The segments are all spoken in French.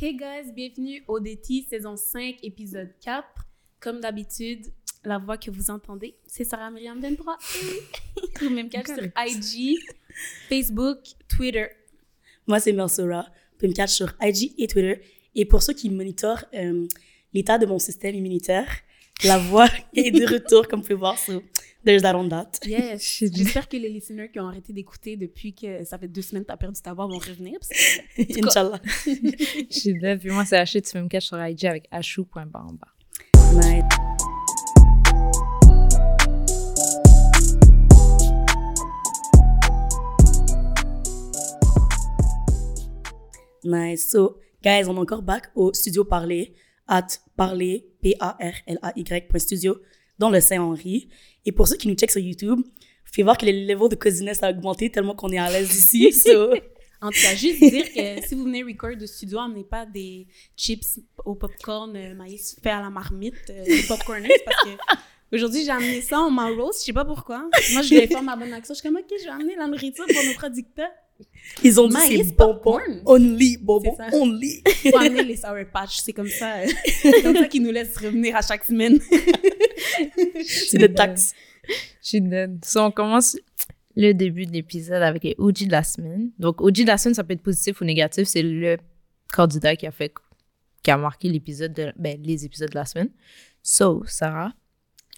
Hey guys, bienvenue au DT saison 5, épisode 4. Comme d'habitude, la voix que vous entendez, c'est Sarah Myriam 23. vous pouvez me catch sur IG, Facebook, Twitter. Moi, c'est Melsora. Vous pouvez me catch sur IG et Twitter. Et pour ceux qui monitorent euh, l'état de mon système immunitaire, la voix est de retour, comme vous pouvez voir sur There's That On That. Yes. J'espère que les listeners qui ont arrêté d'écouter depuis que ça fait deux semaines que t'as perdu ta voix vont revenir. parce que- Inch'Allah. Je suis là, puis moi c'est Haché, tu peux me cacher sur IG avec hachou.baramba. Nice. Nice. So, guys, on est encore back au studio Parler, at parler, P-A-R-L-A-Y, point studio, dans le Saint-Henri. Et pour ceux qui nous checkent sur YouTube, vous pouvez voir que le level de cousiness a augmenté tellement qu'on est à l'aise ici. So, En tout cas, juste dire que si vous venez record de studio, n'emmenez pas des chips au popcorn, euh, maïs fait à la marmite, euh, des popcorners, parce que aujourd'hui, j'ai amené ça, on m'a roast, je sais pas pourquoi. Moi, je voulais faire ma bonne action. Je suis comme, OK, je vais amener la nourriture pour nos producteurs. ils ont dit Maïs, c'est bonbon, popcorn. only, bonbon, C'est ça. only. Faut amener les Sour Patch, c'est comme ça, euh, c'est comme ça qu'ils nous laissent revenir à chaque semaine. C'est le taxe. Je suis dead. So, on commence le début de l'épisode avec les OG de la semaine. Donc, OG de la semaine, ça peut être positif ou négatif. C'est le candidat qui a fait, qui a marqué l'épisode, de- ben, les épisodes de la semaine. So, Sarah,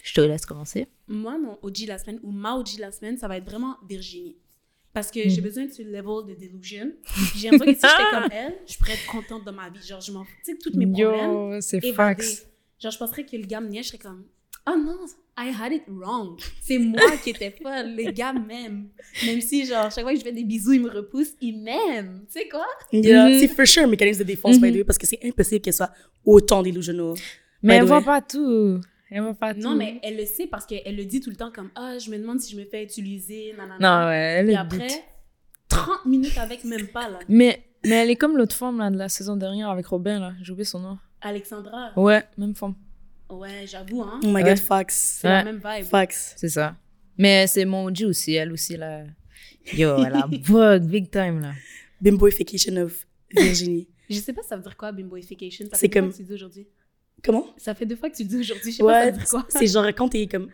je te laisse commencer. Moi, mon OG de la semaine ou ma OG de la semaine, ça va être vraiment Virginie. Parce que Mm. j'ai besoin de ce level de delusion. J'ai l'impression que si j'étais comme elle, je pourrais être contente de ma vie. Genre, je m'en fous. Tu sais, tous mes problèmes. c'est évadé. Genre, je penserais que le gars me niait, je serais comme, oh non, I had it wrong. C'est moi qui étais folle, les gars m'aiment. Même si, genre, chaque fois que je fais des bisous, ils me repoussent, ils m'aiment. Tu sais quoi? Yeah, Mhm. C'est for sure un mécanisme de défense, by the Mhm. way, parce que c'est impossible qu'elle soit autant delusional. Mais By elle the voit way. pas tout. Elle voit pas tout. Non, mais elle le sait parce qu'elle le dit tout le temps comme, ah, je me demande si je me fais utiliser, nanana. Non, ouais, elle Et est après, doute. 30 minutes avec même pas, là. Mais, mais elle est comme l'autre femme là, de la saison dernière avec Robin, là. J'ai oublié son nom. Alexandra, Ouais, même femme. ouais, j'avoue, hein. Oh my Ouais. god, fax. C'est la Ouais. même vibe. Fax. C'est ça. Mais c'est mon G aussi, elle aussi, là. Yo, elle a bug big time, là. Bimboification of Virginie. Je sais pas, ça veut dire quoi, bimboification? Ça C'est fait deux fois comme- que tu dis aujourd'hui. Comment? Ça fait deux fois que tu dis aujourd'hui, je sais pas, ça Ouais, veut dire quoi. c'est genre quand t'es comme.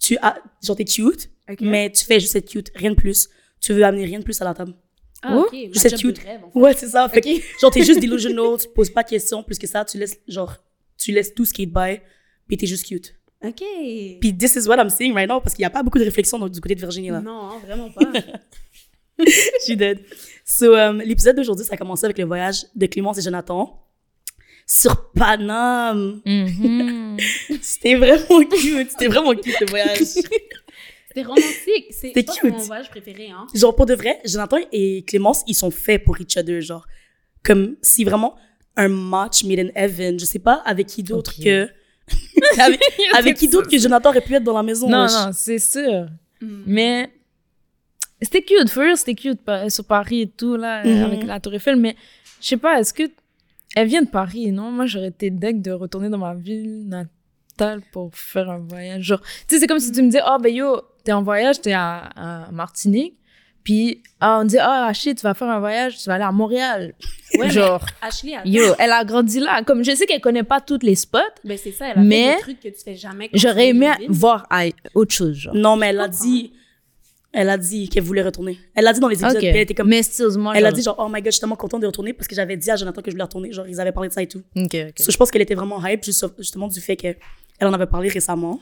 Tu as, genre t'es cute, Ok. mais tu fais juste être cute, rien de plus. Tu veux amener rien de plus à la table. Ah, Oh, ok, ma juste job cute. de rêve, en fait. Ouais, c'est ça. Fait que, Ok. genre t'es juste delusional, tu te poses pas de questions, plus que ça, tu laisses, genre, tu laisses tout skate by, puis t'es juste cute. OK. Puis this is what I'm seeing right now, parce qu'il y a pas beaucoup de réflexion donc, du côté de Virginie, là. non, hein, vraiment pas. Je suis dead. So, um, l'épisode d'aujourd'hui, ça a commencé avec le voyage de Clémence et Jonathan sur Paname. C'était vraiment cute. C'était vraiment cute, le voyage. C'était romantique. C'est C'était je pense que cute. c'est mon voyage préféré. Hein. Genre, pour de vrai, Jonathan et Clémence, ils sont faits pour each other. Genre, comme si vraiment un match made in heaven. Je sais pas avec qui d'autre Ok. que. avec, avec qui d'autre que Jonathan aurait pu être dans la maison. Non, wesh. non, c'est sûr. Mm. Mais c'était cute, for real, c'était cute pa- sur Paris et tout, là, Mhm. avec la Tour Eiffel. Mais je sais pas, est-ce que. Elle vient de Paris, non? Moi, j'aurais été deg de retourner dans ma ville natale pour faire un voyage. Genre, tu sais, c'est comme si tu me dis, oh, ben yo, t'es en voyage, t'es à, à Martinique. Puis, ah, on dit, ah, shit, tu vas faire un voyage, tu vas aller à Montréal. Ouais, mais Genre, Ashley, attends. Yo, elle a grandi là. Comme je sais qu'elle connaît pas tous les spots, Ben, c'est ça, elle a fait Mais- des trucs que tu fais jamais. quand tu j'aurais es aimé une ville. voir aille- autre chose. Genre. Non, mais elle a comprends. dit. Elle a dit qu'elle voulait retourner. Elle l'a dit dans les épisodes. Ok. puis Elle, était comme, Mais sérieusement, elle a genre- dit genre, oh my god, je suis tellement contente de retourner parce que j'avais dit à Jonathan que je voulais retourner. Genre, ils avaient parlé de ça et tout. Ok, ok. So, je pense qu'elle était vraiment hype juste- justement du fait qu'elle en avait parlé récemment.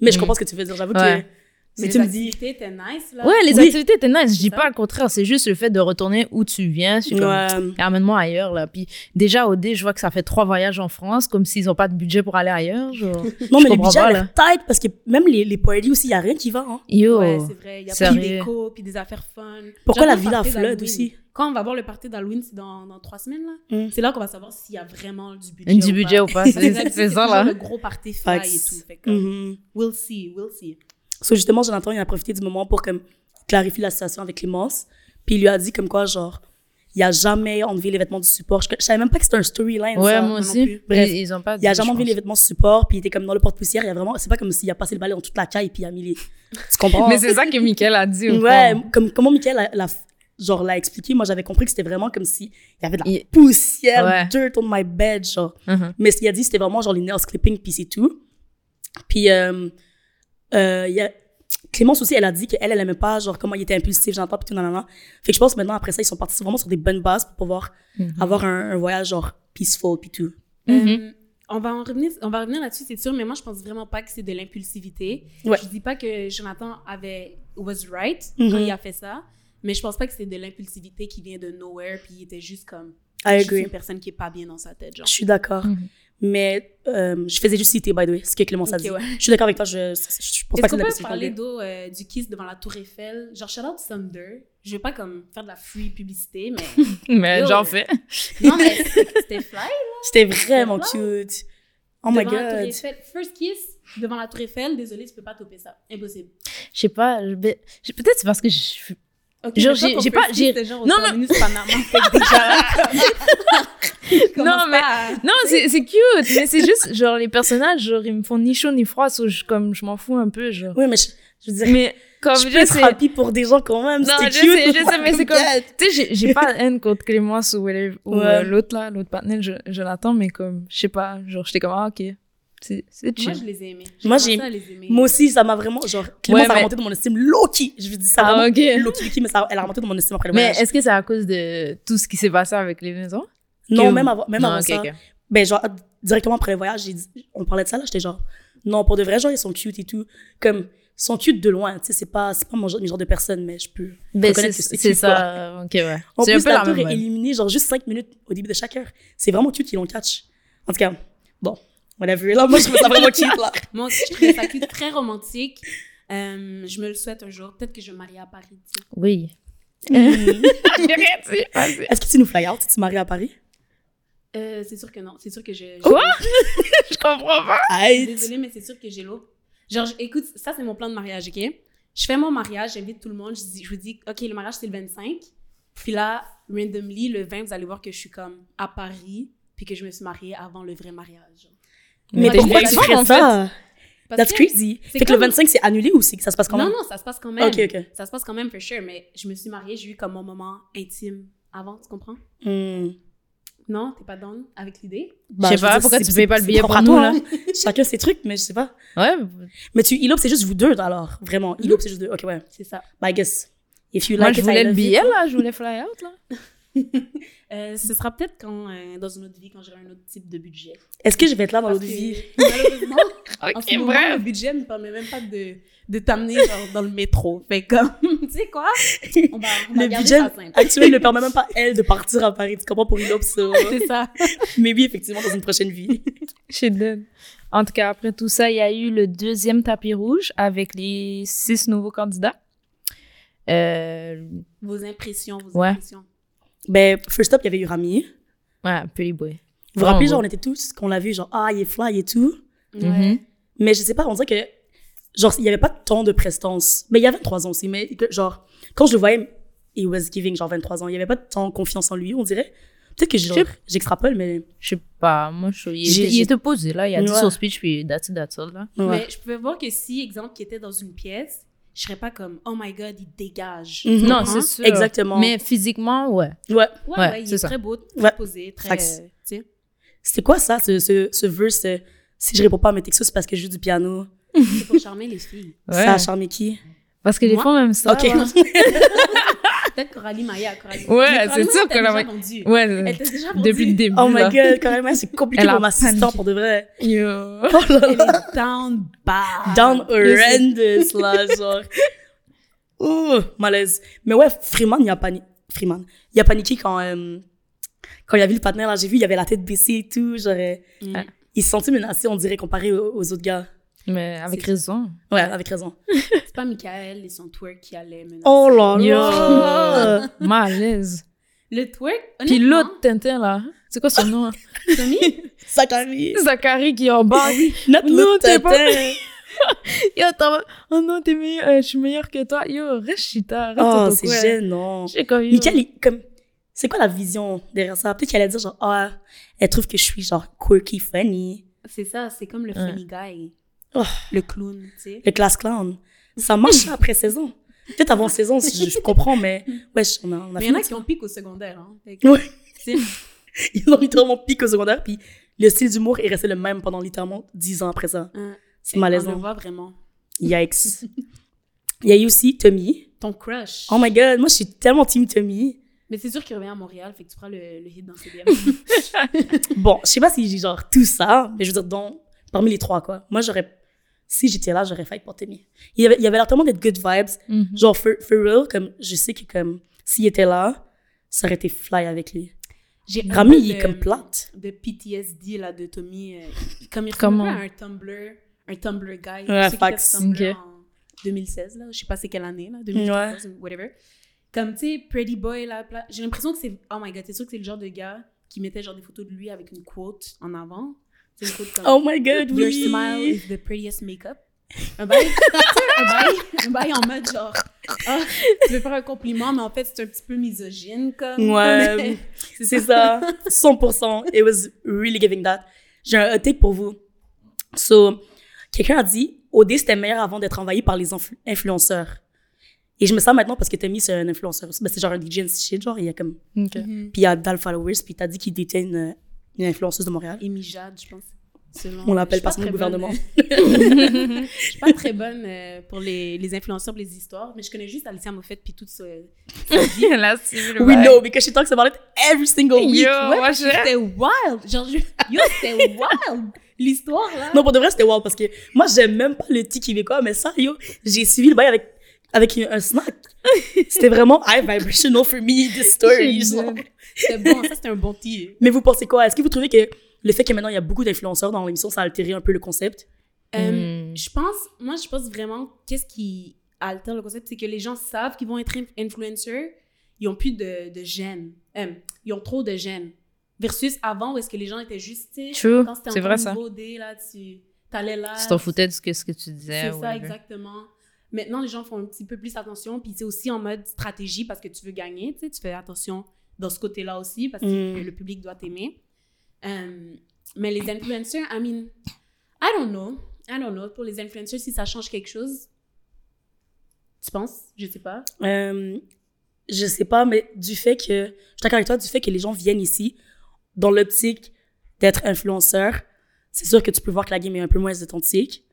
Mais je Mm. comprends ce que tu veux dire. J'avoue Ouais. que Mais si tu me dis. T'es nice, là. Ouais, les Oui. activités étaient nice. Je dis ça. pas le contraire. C'est juste le fait de retourner où tu viens. Je suis comme, Ouais. amène-moi ailleurs là. Puis déjà au dé, je vois que ça fait trois voyages en France, comme s'ils ont pas de budget pour aller ailleurs. Genre. Non, Je mais le comprends budget pas, a l'air tight parce que même les, les parties aussi, il n'y a rien qui va. Hein. Yo. Ouais, c'est vrai. Il y a Oh, Sérieux. des déco, puis des affaires fun. Pourquoi J'attends la le villa party flood d'Halloween. aussi Quand on va voir le party d'Halloween, c'est dans, dans trois semaines, là. Mm. C'est là qu'on va savoir s'il y a vraiment du budget. du ou budget pas. ou pas, Parce que c'est d'habitude, c'est ça toujours là. Le gros party fly et Facts. tout. Fait que, Mhm. We'll see, we'll see. So, justement, Jonathan, il a profité du moment pour comme, clarifier la situation avec Clémence. Puis il lui a dit comme quoi, genre, il a jamais enlevé les vêtements du support. Je, je savais même pas que c'était un storyline. Ouais, ça. non moi aussi. plus. Bref. Ils, ils ont pas. Il a dit, jamais je enlevé les pense. vêtements du support. Puis il était comme dans le porte-poussière. Il a vraiment, c'est pas comme s'il a passé le balai dans toute la caille puis il a mis les. Tu comprends? Mais c'est ça que Michael a dit. au Ouais, fond. comme, comment Mickaël a, l'a- genre l'a expliqué, moi j'avais compris que c'était vraiment comme si il y avait de la Il- poussière, Ouais. dirt on my bed, genre. Mhm. Mais ce qu'il a dit, c'était vraiment genre les nails clipping, puis c'est tout. Puis euh, euh, il y a- Clémence aussi, elle a dit qu'elle, elle aimait pas genre comment il était impulsif, j'entends, puis tout, nanana. Fait que je pense que maintenant, après ça, ils sont partis vraiment sur des bonnes bases pour pouvoir Mhm. Mm-hmm. avoir un, un voyage genre peaceful, puis tout. Mm-hmm. Euh, on va en revenir, on va revenir là-dessus, c'est sûr, mais moi, je pense vraiment pas que c'est de l'impulsivité. Ouais. Je dis pas que Jonathan avait was right Mhm. quand il a fait ça, mais je pense pas que c'est de l'impulsivité qui vient de nowhere, puis il était juste comme I juste agree. une personne qui est pas bien dans sa tête, genre. Je suis d'accord. Mhm. Mais euh, je faisais juste citer, by the way, ce que Clémence a Mm-hmm. Ok, dit. ouais. Je suis d'accord avec toi, je, je, je pense pas Est-ce que qu'on c'est peut de la parler personne. d'eau euh, du kiss devant la Tour Eiffel? Genre, shout out Thunder. Je vais pas comme faire de la free publicité, mais Mais Yo. j'en fais. non, mais c'était fly. C'était vraiment cute. Oh my devant la Tour god. Eiffel, first kiss devant la Tour Eiffel. Désolée, tu peux pas toper ça, impossible. Je sais pas, je vais- je- peut-être c'est parce que je suis. Ok, Genre, mais toi, j'ai- ton j'ai pas- first j'ai- kiss, c'était genre au non, Terminus Panama. Non, mais- Non, c'est c'est cute, mais c'est juste, genre, les personnages, genre, ils me font ni chaud ni froid, so, je, comme, je m'en fous un peu, genre. Oui, mais je, je veux dire, Mais comme, je je, peux être sais, happy pour des gens quand même. Non, C'était je cute. sais, je sais, mais c'est comme- Yes. tu sais, j'ai- j'ai pas la haine contre Clémence ou, elle- ou, Ouais. euh, l'autre, là, l'autre partenaire, je, je l'attends, mais comme, je sais pas, genre, j'étais comme, ah, ok, c'est c'est Moi, chill. je les ai aimés. Moi, commencé j'ai- à les aimer. Moi aussi, ça m'a vraiment, genre, Clémence Ouais, a mais- remonté de mon estime Loki. Je vous dis ça ah, vraiment. ok. Loki, Loki, mais ça, elle a remonté de mon estime après le Mais voyage. est-ce que c'est à cause de tout ce qui s'est passé avec les maisons? Non, que- même avant, même Non, avant ok, ça. ok. Ben, genre, directement après le voyage, j'ai dit- on parlait de ça, là, j'étais genre, non, pour de vrai, genre, ils sont cute et tout. Comme, ils sont cute de loin, tu sais, c'est pas, c'est pas mon genre, mon genre de personne, mais je peux. Ben, reconnaître c'est que c'est c'est cute, ça, ok, ouais. En C'est un plus, peu la la tour même. est vibe. éliminée, genre juste 5 minutes au début de chaque heure. C'est vraiment cute qu'ils l'ont catch. En tout cas, bon, on l'a vu. Là, moi, je trouve ça vraiment cute, là. Moi aussi, je trouvais ça cute, très romantique. Euh, je me le souhaite un jour. Peut-être que je vais me marier à Paris. tu sais. Oui. Mhm. Vas-y. Est-ce que tu nous fly out si tu te maries à Paris? Euh, c'est sûr que non. C'est sûr que je. je- Quoi? Je comprends pas. Aïe! Désolée, mais c'est sûr que j'ai l'eau. Genre, je- écoute, ça, c'est mon plan de mariage, OK? Je fais mon mariage, j'invite tout le monde. Je, dis, je vous dis, OK, le mariage, c'est le 25. Puis là, randomly, le 20, vous allez voir que je suis comme à Paris, puis que je me suis mariée avant le vrai mariage. Mais Moi, t'es pourquoi je tu suis flexible, ferais en ça? Parce That's que- crazy. c'est Fait que le comme- 25, c'est annulé ou c'est que ça se passe quand Non, même? non, ça se passe quand même. Ok, ok. Ça se passe quand même, for sure, mais je me suis mariée, j'ai eu comme mon moment intime avant, tu comprends? Hmm. Non, t'es pas down avec l'idée? Bah, sais veux pas, dire, pourquoi c'est- tu c'est- payes pas le c'est billet propre pour à nous, toi, là? hein. Chacun ses trucs, mais je sais pas. Ouais. Mais tu e c'est juste vous deux, alors. Vraiment. e c'est juste vous deux. Ok, ouais. C'est ça. Bah, I guess. If you Mhm. Moi, like je it, I voulais le love it. billet, là. Je voulais fly out, là. Euh, ce sera peut-être quand, euh, dans une autre vie, quand j'aurai un autre type de budget. Est-ce que je vais être là dans Parce l'autre que, vie? Malheureusement, en ce Ok, moment, le budget ne me permet même pas de, de t'amener genre, dans le métro. Fait comme, tu sais quoi? On va, on va Le garder budget ça simple. actuel ne permet même pas, elle, de partir à Paris. Tu comprends pour Elope, so C'est ça. maybe, effectivement, dans une prochaine vie. Chez Dead. En tout cas, après tout ça, il y a eu le deuxième tapis rouge avec les six nouveaux candidats. Euh, Vos impressions, vos Ouais. impressions. Ben, first up, il y avait eu Rami. ouais, Pretty Boy. Vous vous rappelez, Vraiment genre, on était tous, qu'on l'a vu, genre, ah, il est fly et tout. beau. Ouais. Mhm. Mais je sais pas, on dirait que, genre, il y avait pas tant de prestance. Mais il y a 23 ans aussi, mais que, genre, quand je le voyais, il was giving, genre, 23 ans. Il y avait pas tant confiance en lui, on dirait. Peut-être que, genre, Je- j'extrapole, mais. Je sais pas, moi, je suis... Il, J'ai- était- il était posé, là. Il a dit Ouais. son speech, puis that's it, that's all, là. Ouais. Mais je pouvais voir que si, exemple, qui était dans une pièce, je serais pas comme, oh my god, il dégage. Mhm. Mm-hmm. Non, Mhm. c'est sûr. Exactement. Mais physiquement, ouais. Ouais. Ouais, Ouais, ouais, il c'est est ça. très beau, très Ouais. posé, très. Facts. euh, tu sais. C'était quoi ça, ce, ce, ce verse, euh, si je réponds pas à mes textos, c'est parce que je joue du piano? C'est pour charmer les filles. ouais. Ça a charmé qui? Parce que les Moi? fois, même ça... ok. ouais. Peut-être Coralie Maya. Coralie. Ouais, Mais c'est Coralie sûr Maya, t'as que la- déjà vendue. Ouais, Elle t'a déjà vendue. depuis le début, Oh my là. god, quand même, c'est compliqué Elle a pour ma sister paniqué. pour de vrai. Yo. Oh là Elle là. est down bad. Down Ah, horrendous, là, genre. Ouh, malaise. Mais ouais, Freeman, il a paniqué. Freeman. Il a paniqué quand, euh, quand il a vu le partenaire, là, j'ai vu, il avait la tête baissée et tout, genre, euh, Mm. il se sentait menacé, on dirait, comparé aux, aux autres gars. Mais avec C'est- raison. Ouais, avec raison. C'est pas Michael et son twerk qui allait menacer. Oh là là. là. Malaise. Le twerk, Puis honnêtement, l'autre Tintin, là. C'est quoi son nom? hein? Tommy, Ça carré. Zachary qui est en bas. Notre Non, non, t'es pas- Tintin. Yo, t'en vas- Oh non, t'es meilleur, euh, je suis meilleur que toi. Yo, reste chita, reste dans Oh, ton c'est coin. gênant. J'ai comme yo. Michael, il- comme, c'est quoi la vision derrière ça? Peut-être qu'elle allait dire, genre, ah, elle trouve que je suis, genre, quirky, funny. c'est ça, c'est comme le Ouais. funny guy. Oh. Le clown, tu sais. Le class clown. Ça marche après saison. Peut-être avant 16 ans, je, je comprends, mais wesh, on a, on a Mais il y en fini a ça. qui ont pique au secondaire. Hein. Fait que- Ouais. C'est- Ils ont littéralement piqué au secondaire, puis le style d'humour est resté le même pendant littéralement 10 ans après ça. Hein. C'est on le malaisant. voit vraiment. Yikes. Il y a eu aussi Tommy. Ton crush. Oh my god, moi je suis tellement team Tommy. Mais c'est sûr qu'il revient à Montréal, fait que tu prends le, le hit dans CDM. Bon, je sais pas si j'ai genre tout ça, mais je veux dire, dans, parmi les trois, quoi. Moi j'aurais. Si j'étais là, j'aurais fight pour Tommy. Il y avait, il y avait l'air tellement d'être good vibes. Mhm. Genre, for, for real, comme, je sais que comme, s'il était là, ça aurait été fly avec lui. J'ai un Rami, peu il est de- comme plate. De PTSD, là, de Tommy. euh, comme il ressemble Comment? un peu à un Tumblr, un Tumblr guy. Ouais, ceux qui fax. étaient sur Tumblr Ok. en 2016, là. Je sais pas c'est quelle année, là. 2014, ou whatever. Comme, tu sais, Pretty Boy, là. pla- J'ai l'impression que c'est... Oh my God, c'est sûr que c'est le genre de gars qui mettait, genre, des photos de lui avec une quote en avant. C'est une quote comme... Oh my god, Your oui. smile is the prettiest makeup. Un bail, tu sais, un bail, un bail en mode genre, ah, tu veux faire un compliment, mais en fait, c'est un petit peu misogyne, comme. Ouais, c'est ça. 100%. It was really giving that. J'ai un hot take pour vous. So, quelqu'un a dit, OD, c'était meilleur avant d'être envahi par les influ- influenceurs. Et je me sens maintenant parce que Tommy, c'est un influenceur aussi. Ben, c'est genre un DJ and shit, genre, il y a comme... Ok. Mhm. Puis il y a Dal Followers, puis t'as dit qu'il était une, une influenceuse de Montréal. Amy Jade, je pense. Selon, On Je l'appelle suis pas parce que le très gouvernement. bonne, euh, je suis pas très bonne euh, pour les, les influenceurs, pour les histoires, mais je connais juste Alicia Moffett puis tout ça. Là, c'est le We vibe. know, because she talks about it every single week. Yo, Ouais, moi, parce que je- c'était wild! Genre, je- yo, c'était wild! L'histoire, là! Non, pour de vrai, c'était wow parce que moi, j'aime même pas le petit québécois, mais ça, yo, j'ai suivi le bail avec, avec un snack. C'était vraiment high vibrational for me, this story. J'ai genre. C'était bon, ça, c'était un bon tir. Mais vous pensez quoi? Est-ce que vous trouvez que le fait que maintenant il y a beaucoup d'influenceurs dans l'émission, ça a altéré un peu le concept? Euh, Hmm. Je pense, moi, je pense vraiment, qu'est-ce qui altère le concept, c'est que les gens savent qu'ils vont être inf- influencers, ils ont plus de, de gêne. Euh, ils ont trop de gêne. Versus avant, où est-ce que les gens étaient juste, tu sais, True, quand c'était c'est encore vrai, ça. nouveau dé, là, tu t'allais là. Tu t'en foutais de ce que, ce que tu disais. C'est ça, whatever. exactement. Maintenant, les gens font un petit peu plus attention, puis c'est aussi en mode stratégie parce que tu veux gagner, tu sais, tu fais attention dans ce côté-là aussi parce que Hmm. Mm. le public doit t'aimer. Euh, mais les influenceurs, I mean, I don't know, I don't know. Pour les influenceurs, si ça change quelque chose, tu penses? Je sais pas. Euh, je sais pas, mais du fait que, je suis d'accord avec toi, du fait que les gens viennent ici dans l'optique d'être influenceurs, c'est sûr que tu peux voir que la game est un peu moins authentique,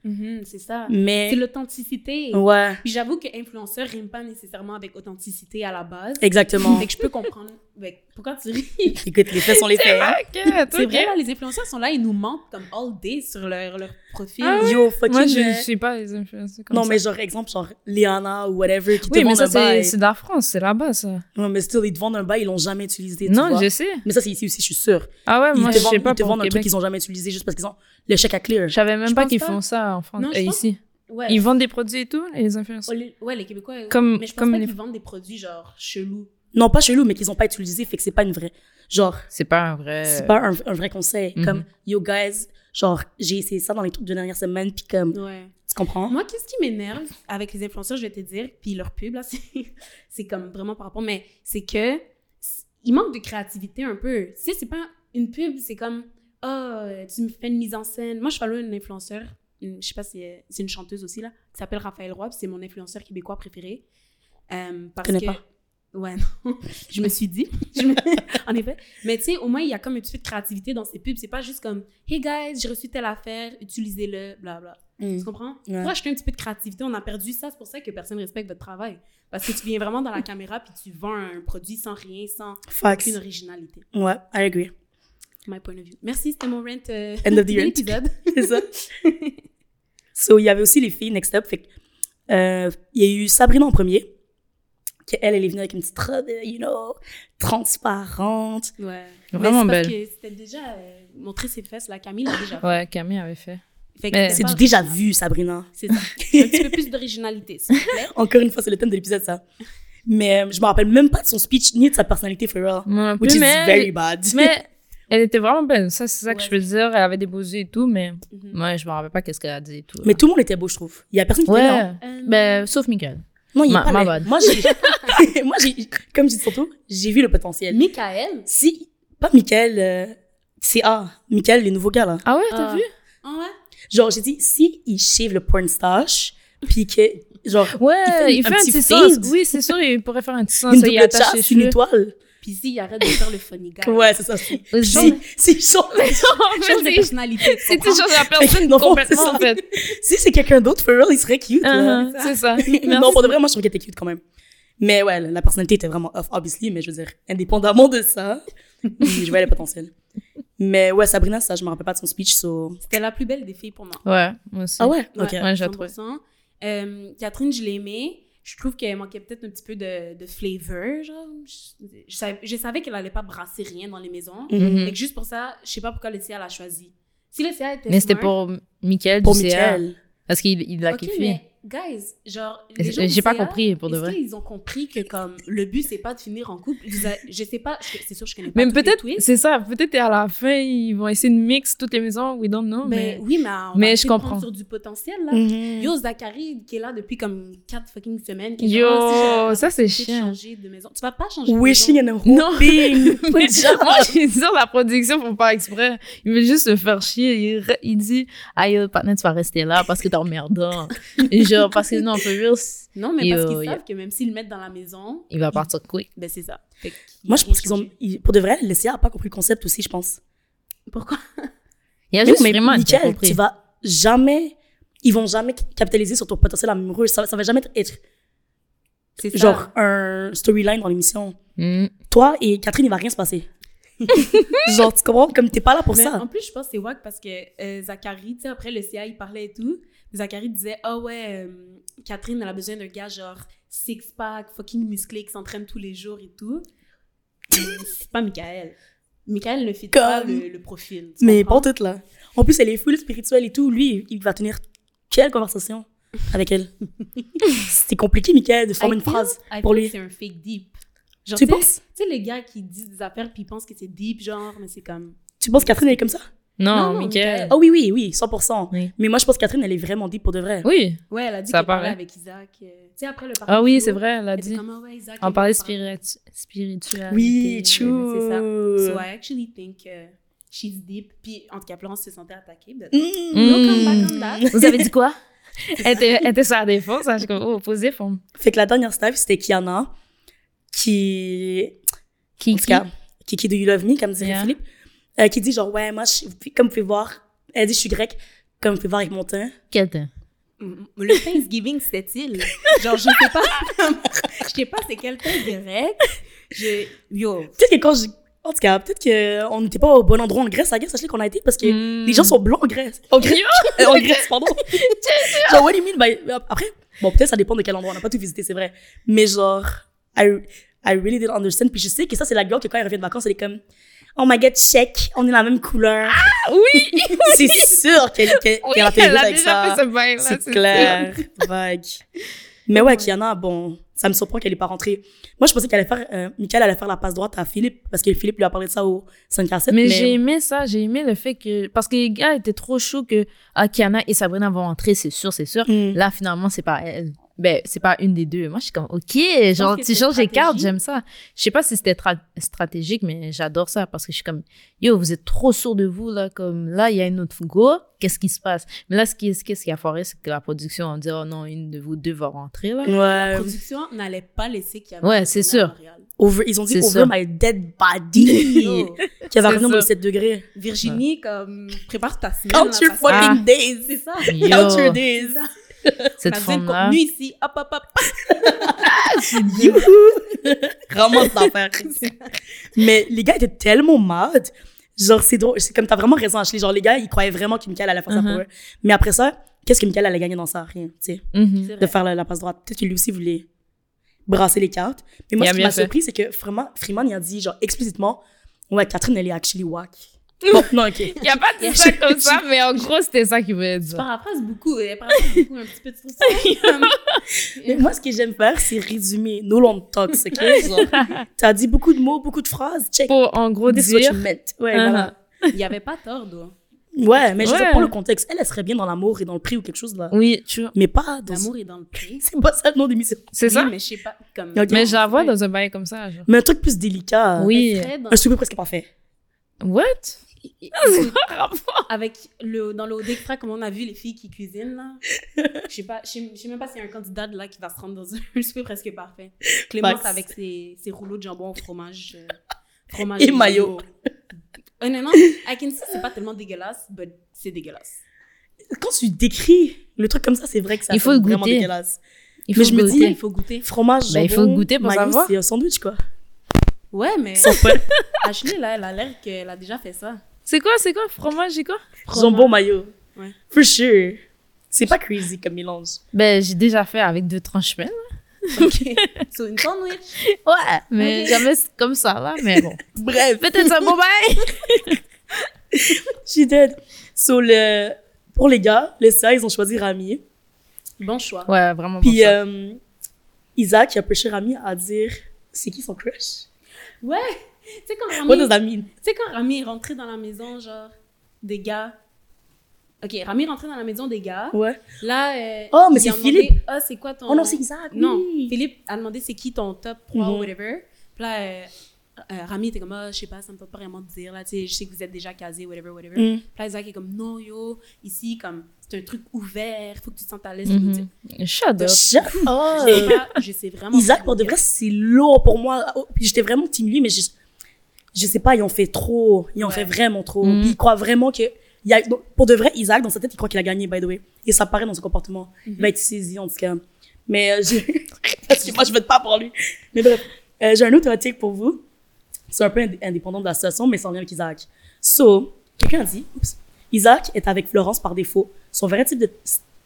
c'est ça. mais C'est l'authenticité. ouais, Puis j'avoue que influenceur rime pas nécessairement avec authenticité à la base. exactement. Fait que je peux comprendre. Ouais, pourquoi tu ris? Écoute, les faits sont les faits. hein. Ok, C'est ok. vrai, là, les influenceurs sont là, ils nous mentent comme all day sur leur, leur profil. Yo, fucking. Moi, je euh, je suis pas les influenceurs comme Non, ça. mais genre, exemple, genre, Liana ou whatever, qui Oui, te mais vendent ça, un c'est bail. c'est de la France, c'est là-bas, ça. Ouais, mais still, ils te vendent un bail, ils l'ont jamais utilisé, tu Non, vois. je sais. Mais ça, c'est ici aussi, je suis sûre. Ah ouais, Ils moi, te je vendent, sais pas ils te pour vendent le un truc Québec. qu'ils ont jamais utilisé juste parce qu'ils ont le chèque à clear. Je savais même Je pas pense qu'ils pas. font ça en France, Non, je et pense- ici. Ouais. Ils vendent des produits et tout, les influenceurs. Ouais, les- ouais, les Québécois. Oh, Comme- mais je pense comme pas les- qu'ils vendent des produits genre chelous. Non, pas chez nous, mais qu'ils ont pas utilisé, fait que c'est pas une vraie. Genre, C'est pas un vrai. c'est pas un, un vrai conseil. Mhm. Comme, yo, guys, genre, j'ai essayé ça dans les trucs de dernière semaine, puis comme, Ouais. tu comprends? Moi, qu'est-ce qui m'énerve avec les influenceurs, je vais te dire, puis leur pub, là, c'est- c'est comme vraiment par rapport, mais c'est que c'est- il manque de créativité un peu. Tu sais, c'est pas une pub, c'est comme, oh, tu me fais une mise en scène. Moi, je follow une influenceur, une- je sais pas si elle- c'est une chanteuse aussi, là, qui s'appelle Raphaël Roy, puis c'est mon influenceur québécois préféré. Euh, parce Connais que... pas. Ouais, non. je me suis dit. Je me- en effet. Mais tu sais, au moins, il y a comme une petite de créativité dans ces pubs. C'est pas juste comme, hey guys, j'ai reçu telle affaire, utilisez-le, bla bla. Tu Mm. Mhm. comprends? Ouais. Pour acheter un petit peu de créativité, on a perdu ça. C'est pour ça que personne ne respecte votre travail. Parce que tu viens vraiment dans la caméra puis tu vends un produit sans rien, sans Facts. aucune originalité. Ouais, I agree. My point of view. Merci, c'était mon rent. euh, End of the de rant. l'épisode. C'est ça. so, il y avait aussi les filles Next Up. Fait que, euh, il y a eu Sabrina en premier, qui elle, elle est venue avec une petite robe, euh, you know, transparente. Ouais. Vraiment Mais c'est parce belle. que c'était déjà euh, montrer ses fesses. La Camille l'a déjà fait. Ouais, Camille avait fait. Fait que Mais- c'était C'est pas- du déjà vu, Sabrina. C'est ça. Un petit peu plus d'originalité, s'il vous plaît. Encore une fois, c'est le thème de l'épisode, ça. Mais euh, je me rappelle même pas de son speech ni de sa personnalité, for real. Moi non Which plus, is mais- very bad. Mais elle était vraiment belle, ça, c'est ça que Ouais. je peux dire. Elle avait des beaux yeux et tout, mais Mhm. ouais, je me rappelle pas qu'est-ce qu'elle a dit et tout. Mais tout le monde était beau, je trouve. Il y a personne qui était là. Ouais, Euh, ben, sauf Michael. Non, il est Ma- pas ma laid. bad. Moi, j'ai, moi, j'ai, comme je dis surtout, j'ai vu le potentiel. Euh, Michael. Si, pas Michael, euh, c'est ah, Michael, les nouveaux gars, là. Ah ouais, Ah. t'as vu? Ah ouais? Genre, j'ai dit, si il shave le porn stash, Puis que, genre, Ouais, il fait, il fait un, un petit, petit sens. fade. Oui, c'est sûr, il pourrait faire un petit sens. une ça, il double attache ses chasse, une cheveux. étoile. Puis si, il arrête de faire le funny guy. Ouais, c'est ça. Si, Aussi. si, si, genre, Change de personnalité. tu C'est comprends? toujours la personne Non, c'est complètement, ça. en fait. si c'est quelqu'un d'autre, for real, il serait cute. là. Uh-huh, C'est ça. non, Merci. pour de vrai, moi, je trouve qu'elle était cute quand même. Mais ouais, la personnalité était vraiment off, obviously, mais je veux dire, indépendamment de ça, je voyais le potentiel. Mais ouais, Sabrina, ça, je me rappelle pas de son speech, so... C'était la plus belle des filles pour moi. Ouais, moi aussi. Ah ouais? Ok. Ouais, je la trouve. 100%. Euh, Catherine, je l'aimais. Je trouve qu'elle manquait peut-être un petit peu de, de flavor. Genre. Je, je savais, je savais qu'elle allait pas brasser rien dans les maisons. Mm-hmm. Mhm. Et que juste pour ça, je sais pas pourquoi Laetitia l'a choisi. Si Laetitia était. Mais c'était smart- pour Michael Pour du CA. Michael. Parce qu'il il l'a Ok, kiffé. mais guys, genre. les gens J'ai du j'ai pas CA, compris, pour de est-ce vrai. qu'ils ont compris que comme le but c'est pas de finir en couple. Vous a- je sais pas, je- c'est sûr je connais pas. Mais tous les peut-être, twists, c'est ça, peut-être à la fin, ils vont essayer de mix toutes les maisons, we don't know, mais mais... oui, mais on va mais je essayer de prendre comprends. Mm. sur du potentiel là. Mhm. Yo Zachary qui est là depuis comme 4 fucking semaines. qui est Yo, genre, Ah, si je- ça c'est Tu chiant. changer de maison. Tu vas pas changer de Wishing maison. and a Non. hoping. Moi, Genre, j'ai dit sur la production pour pas exprès. Il veut juste se faire chier. Il, re- il dit, aïe, le partner, tu vas rester là parce que t'es emmerdant. Et genre, parce que non, for real, c- Non, mais parce Yo, qu'ils yo. savent que même s'ils le mettent dans la maison, il va partir quick. ben c'est ça. Fait qu'ils Moi, je ont pense qu'ils ont... changé. ils- Pour de vrai, le CA a pas compris le concept aussi, je pense. Pourquoi Il y a juste mais vraiment qui a Michael, compris. tu vas jamais... Ils vont jamais capitaliser sur ton potentiel amoureux. Ça, ça va jamais être C'est ça. genre un storyline dans l'émission. Mm. Toi et Catherine, il va rien se passer. genre, tu comprends? Comme t'es pas là pour Mais ça. En plus, je pense que c'est wack parce que euh, Zachary, tu sais, après le CIA, il parlait et tout. Zachary disait Ah ouais, euh, Catherine, elle a besoin d'un gars genre six-pack, fucking musclé, qui s'entraîne tous les jours et tout. Mais c'est pas Michael. Michael ne fit pas Comme- le, le profil. tu Mais comprends? pas toutes, là. En plus, elle est full spirituelle et tout. Lui, il va tenir quelle conversation avec elle? C'était compliqué, Michael, de former I une feel- phrase I pour feel lui. que C'est un fake deep. Genre, Tu sais- penses? Tu sais, les gars qui disent des affaires puis ils pensent que c'est deep, genre, mais c'est comme. Tu penses que Catherine, elle est comme ça? Non, Non, non, Michael. Michael. Ah oui, oui, oui, 100%. Oui. Mais moi, je pense que Catherine, elle est vraiment deep pour de vrai. Oui. Ouais, elle a dit Ça qu'elle parlait paraît. avec Isaac. euh, Tu sais, après le Ah oui, du c'est jour, vrai, elle a Elle dit dit. comme, ah ouais, Isaac. On il parlait nous parle. spiritu- spiritualité. Oui, mais c'est ça. So true. I actually think euh, she's deep. Puis, en tout cas, Florence se sentait attaquée. but- Mm. No comeback on that. Vous avez dit quoi? elle, était, elle était sur la défense, hein, je suis comme, oh, positif. on- Fait que la dernière staff, c'était Kiana, qui Qui, en tout cas, Kiki de You Love Me, comme dirait Yeah. Philippe, euh, qui dit genre, ouais, moi, je suis- comme vous pouvez voir, elle dit, je suis grecque, comme vous pouvez voir avec mon teint. Quel temps? Mm, Le Thanksgiving, c'était-il? Genre, je sais pas. je sais pas c'est quel temps direct. Je... Yo. Peut-être que quand je... En tout cas, peut-être qu'on n'était pas au bon endroit en Grèce. À Grèce, sachez qu'on a été parce que Mm. les gens sont blancs en Grèce. En Grèce, euh, Hmm. en Grèce pardon. genre, what do you mean by... Après, bon, peut-être ça dépend de quel endroit. On n'a pas tout visité, c'est vrai. Mais genre, I, I really didn't understand. Puis je sais que ça, c'est la gueule que quand elle revient de vacances, elle est comme... Oh my god, check, on est la même couleur. Oui, C'est sûr qu'elle qu'elle- oui, qu'elle a fait elle a avec ça. déjà fait ce bail là. C'est clair, vague. Mais ouais, Kiana, bon, ça me surprend qu'elle n'est pas rentrée. Moi, je pensais qu'elle allait faire, euh, Michael allait faire la passe droite à Philippe, parce que Philippe lui a parlé de ça au 5 à 7. Mais, Mais, j'ai aimé ça, j'ai aimé le fait que. Parce que les gars étaient trop chauds que ah, Kiana et Sabrina vont entrer, c'est sûr, c'est sûr. Mm. Là, finalement, c'est pas elle. Ben, c'est pas une des deux. Moi, je suis comme, OK, genre, que c'est tu changes les cartes, stratégique. j'aime ça. Je sais pas si c'était tra- stratégique, mais j'adore ça parce que je suis comme, yo, vous êtes trop sûrs de vous, là, comme, là, il y a une autre go, qu'est-ce qui se passe? Mais là, ce qui, ce qui- ce qui a foiré, c'est que la production, on dit, oh non, une de vous deux va rentrer, là. La ouais, production n'allait pas laisser qu'il y avait Euh, Ouais, un c'est tournoi à sûr. Montréal. over, ils ont dit C'est over ça. my dead body, Yo. qui avait C'est revenir ça. au 7 degrés. Virginie, comme, prépare ta semaine. Count là, your parce que- fucking C'est days. ça. Yo, Count your C'est days. ça. cette On a besoin de femme-là. contenu ici. Hop, hop, hop. Ramasse d'affaires. Mais les gars étaient tellement mad. Genre, c'est drôle. C'est comme t'as vraiment raison, Ashley. Genre, les gars, ils croyaient vraiment que Michael allait faire ça Mhm. pour eux. Mais après ça, qu'est-ce que Michael allait gagner dans ça? Rien, tu sais. Mhm. C'est de vrai. faire la, la passe droite. Peut-être que lui aussi voulait brasser les cartes. Mais moi, Il ce a qui bien m'a fait. surpris, c'est que vraiment, Freeman, il a dit, genre, explicitement, ouais, Catherine, elle est actually whack. Bon, non, ok. Il a pas dit ça comme ça, mais en gros, c'était ça qu'il voulait Je dire. paraphrase beaucoup. euh, Elle paraphrase beaucoup un petit peu de ça. Mais moi, ce que j'aime faire, c'est résumer. No long talks, ok? Genre, t'as dit beaucoup de mots, beaucoup de phrases. Check. Pour, en gros, This is what you dire... meant. Ouais, Uh-huh. voilà. Il n'y avait pas tort, d'eau. Ouais, mais je veux Ouais. dire, pour le contexte, elle, elle serait bien dans l'amour et dans le prix ou quelque chose, là. Oui, tu vois. Mais pas dans... L'amour est dans le prix. C'est pas ça le nom de l'émission. C'est ça? mais je sais pas. Comme... Ok. Mais je la vois Ouais. dans un bail comme ça. genre. Mais un truc plus délicat. Oui. Elle serait dans- Un souper presque parfait. What? Écoute, Ah! avec le, dans le haut d'extra, comme on a vu les filles qui cuisinent, là. Je sais pas, je sais- je sais même pas s'il y a un candidat là qui va se rendre dans un souper presque parfait. Clémence Max. avec ses, ses rouleaux de jambon au fromage. euh, fromage Et mayo. Euh, non, non, I can see, c'est pas tellement dégueulasse, but c'est dégueulasse. Quand tu décris le truc comme ça, c'est vrai que ça Il faut sonne goûter. vraiment dégueulasse. Il Mais je me Il dis- faut goûter. Fromage, Ben, il faut jambon, goûter pour mayo, savoir. c'est un sandwich, quoi. Ouais, mais Sans pain. Ashley, là, elle a l'air qu'elle a déjà fait ça. C'est quoi, c'est quoi? Fromage, c'est quoi? Jambon, mayo. Ouais. For sure. C'est pas crazy comme mélange. Ben, j'ai déjà fait avec deux tranches même. Ok. so, une sandwich. Ouais, mais Ok. jamais c'est comme ça, là. Mais bon. Bref, Peut-être un bon bail. she dead. So, le... pour les gars, les sœurs, ils ont choisi Rami. Bon choix. Ouais, vraiment bon. Puis choix. euh, Isaac, il a pêché Rami à dire c'est qui son crush? Ouais. Tu sais, quand What Rami, does that mean? tu sais, quand Rami est rentré dans la maison, genre, des gars. Ok, Rami est rentré dans la maison des gars. Ouais. Là, euh, Oh, mais ils ont c'est demandé, Philippe. Ah, c'est quoi ton. Oh non, c'est Isaac. Non, oui. Philippe a demandé c'est qui ton top 3 Mhm. ou whatever. Puis là, euh, euh, Rami était comme, ah, je sais pas, ça me peut pas vraiment te dire. Là, tu sais, je sais que vous êtes déjà casés, whatever, whatever. Mm. Puis là, Isaac est comme, non, yo, ici, comme, c'est un truc ouvert, faut que tu te sentes à l'aise. Mhm. Je Shut up. Mm. Shut up. sais pas, je sais vraiment. Ah. Isaac, pas pour de dire. vrai, c'est lourd pour moi. Oh, puis J'étais vraiment timide, mais je, je sais pas, ils ont fait trop. Ils ont Ouais. fait vraiment trop. Mm. Puis ils croient vraiment que. il y a- donc, pour de vrai, Isaac, dans sa tête, il croit qu'il a gagné, by the way. Et ça paraît dans son comportement. Il va être saisi, en tout cas. Mais euh, j'ai- Parce que moi, je vote pas pour lui. Mais bref, euh, j'ai un autre hot take pour vous. C'est un peu ind- indépendant de la situation, mais ça en lien avec Isaac. So, quelqu'un a dit oups, Isaac est avec Florence par défaut. Son vrai type de,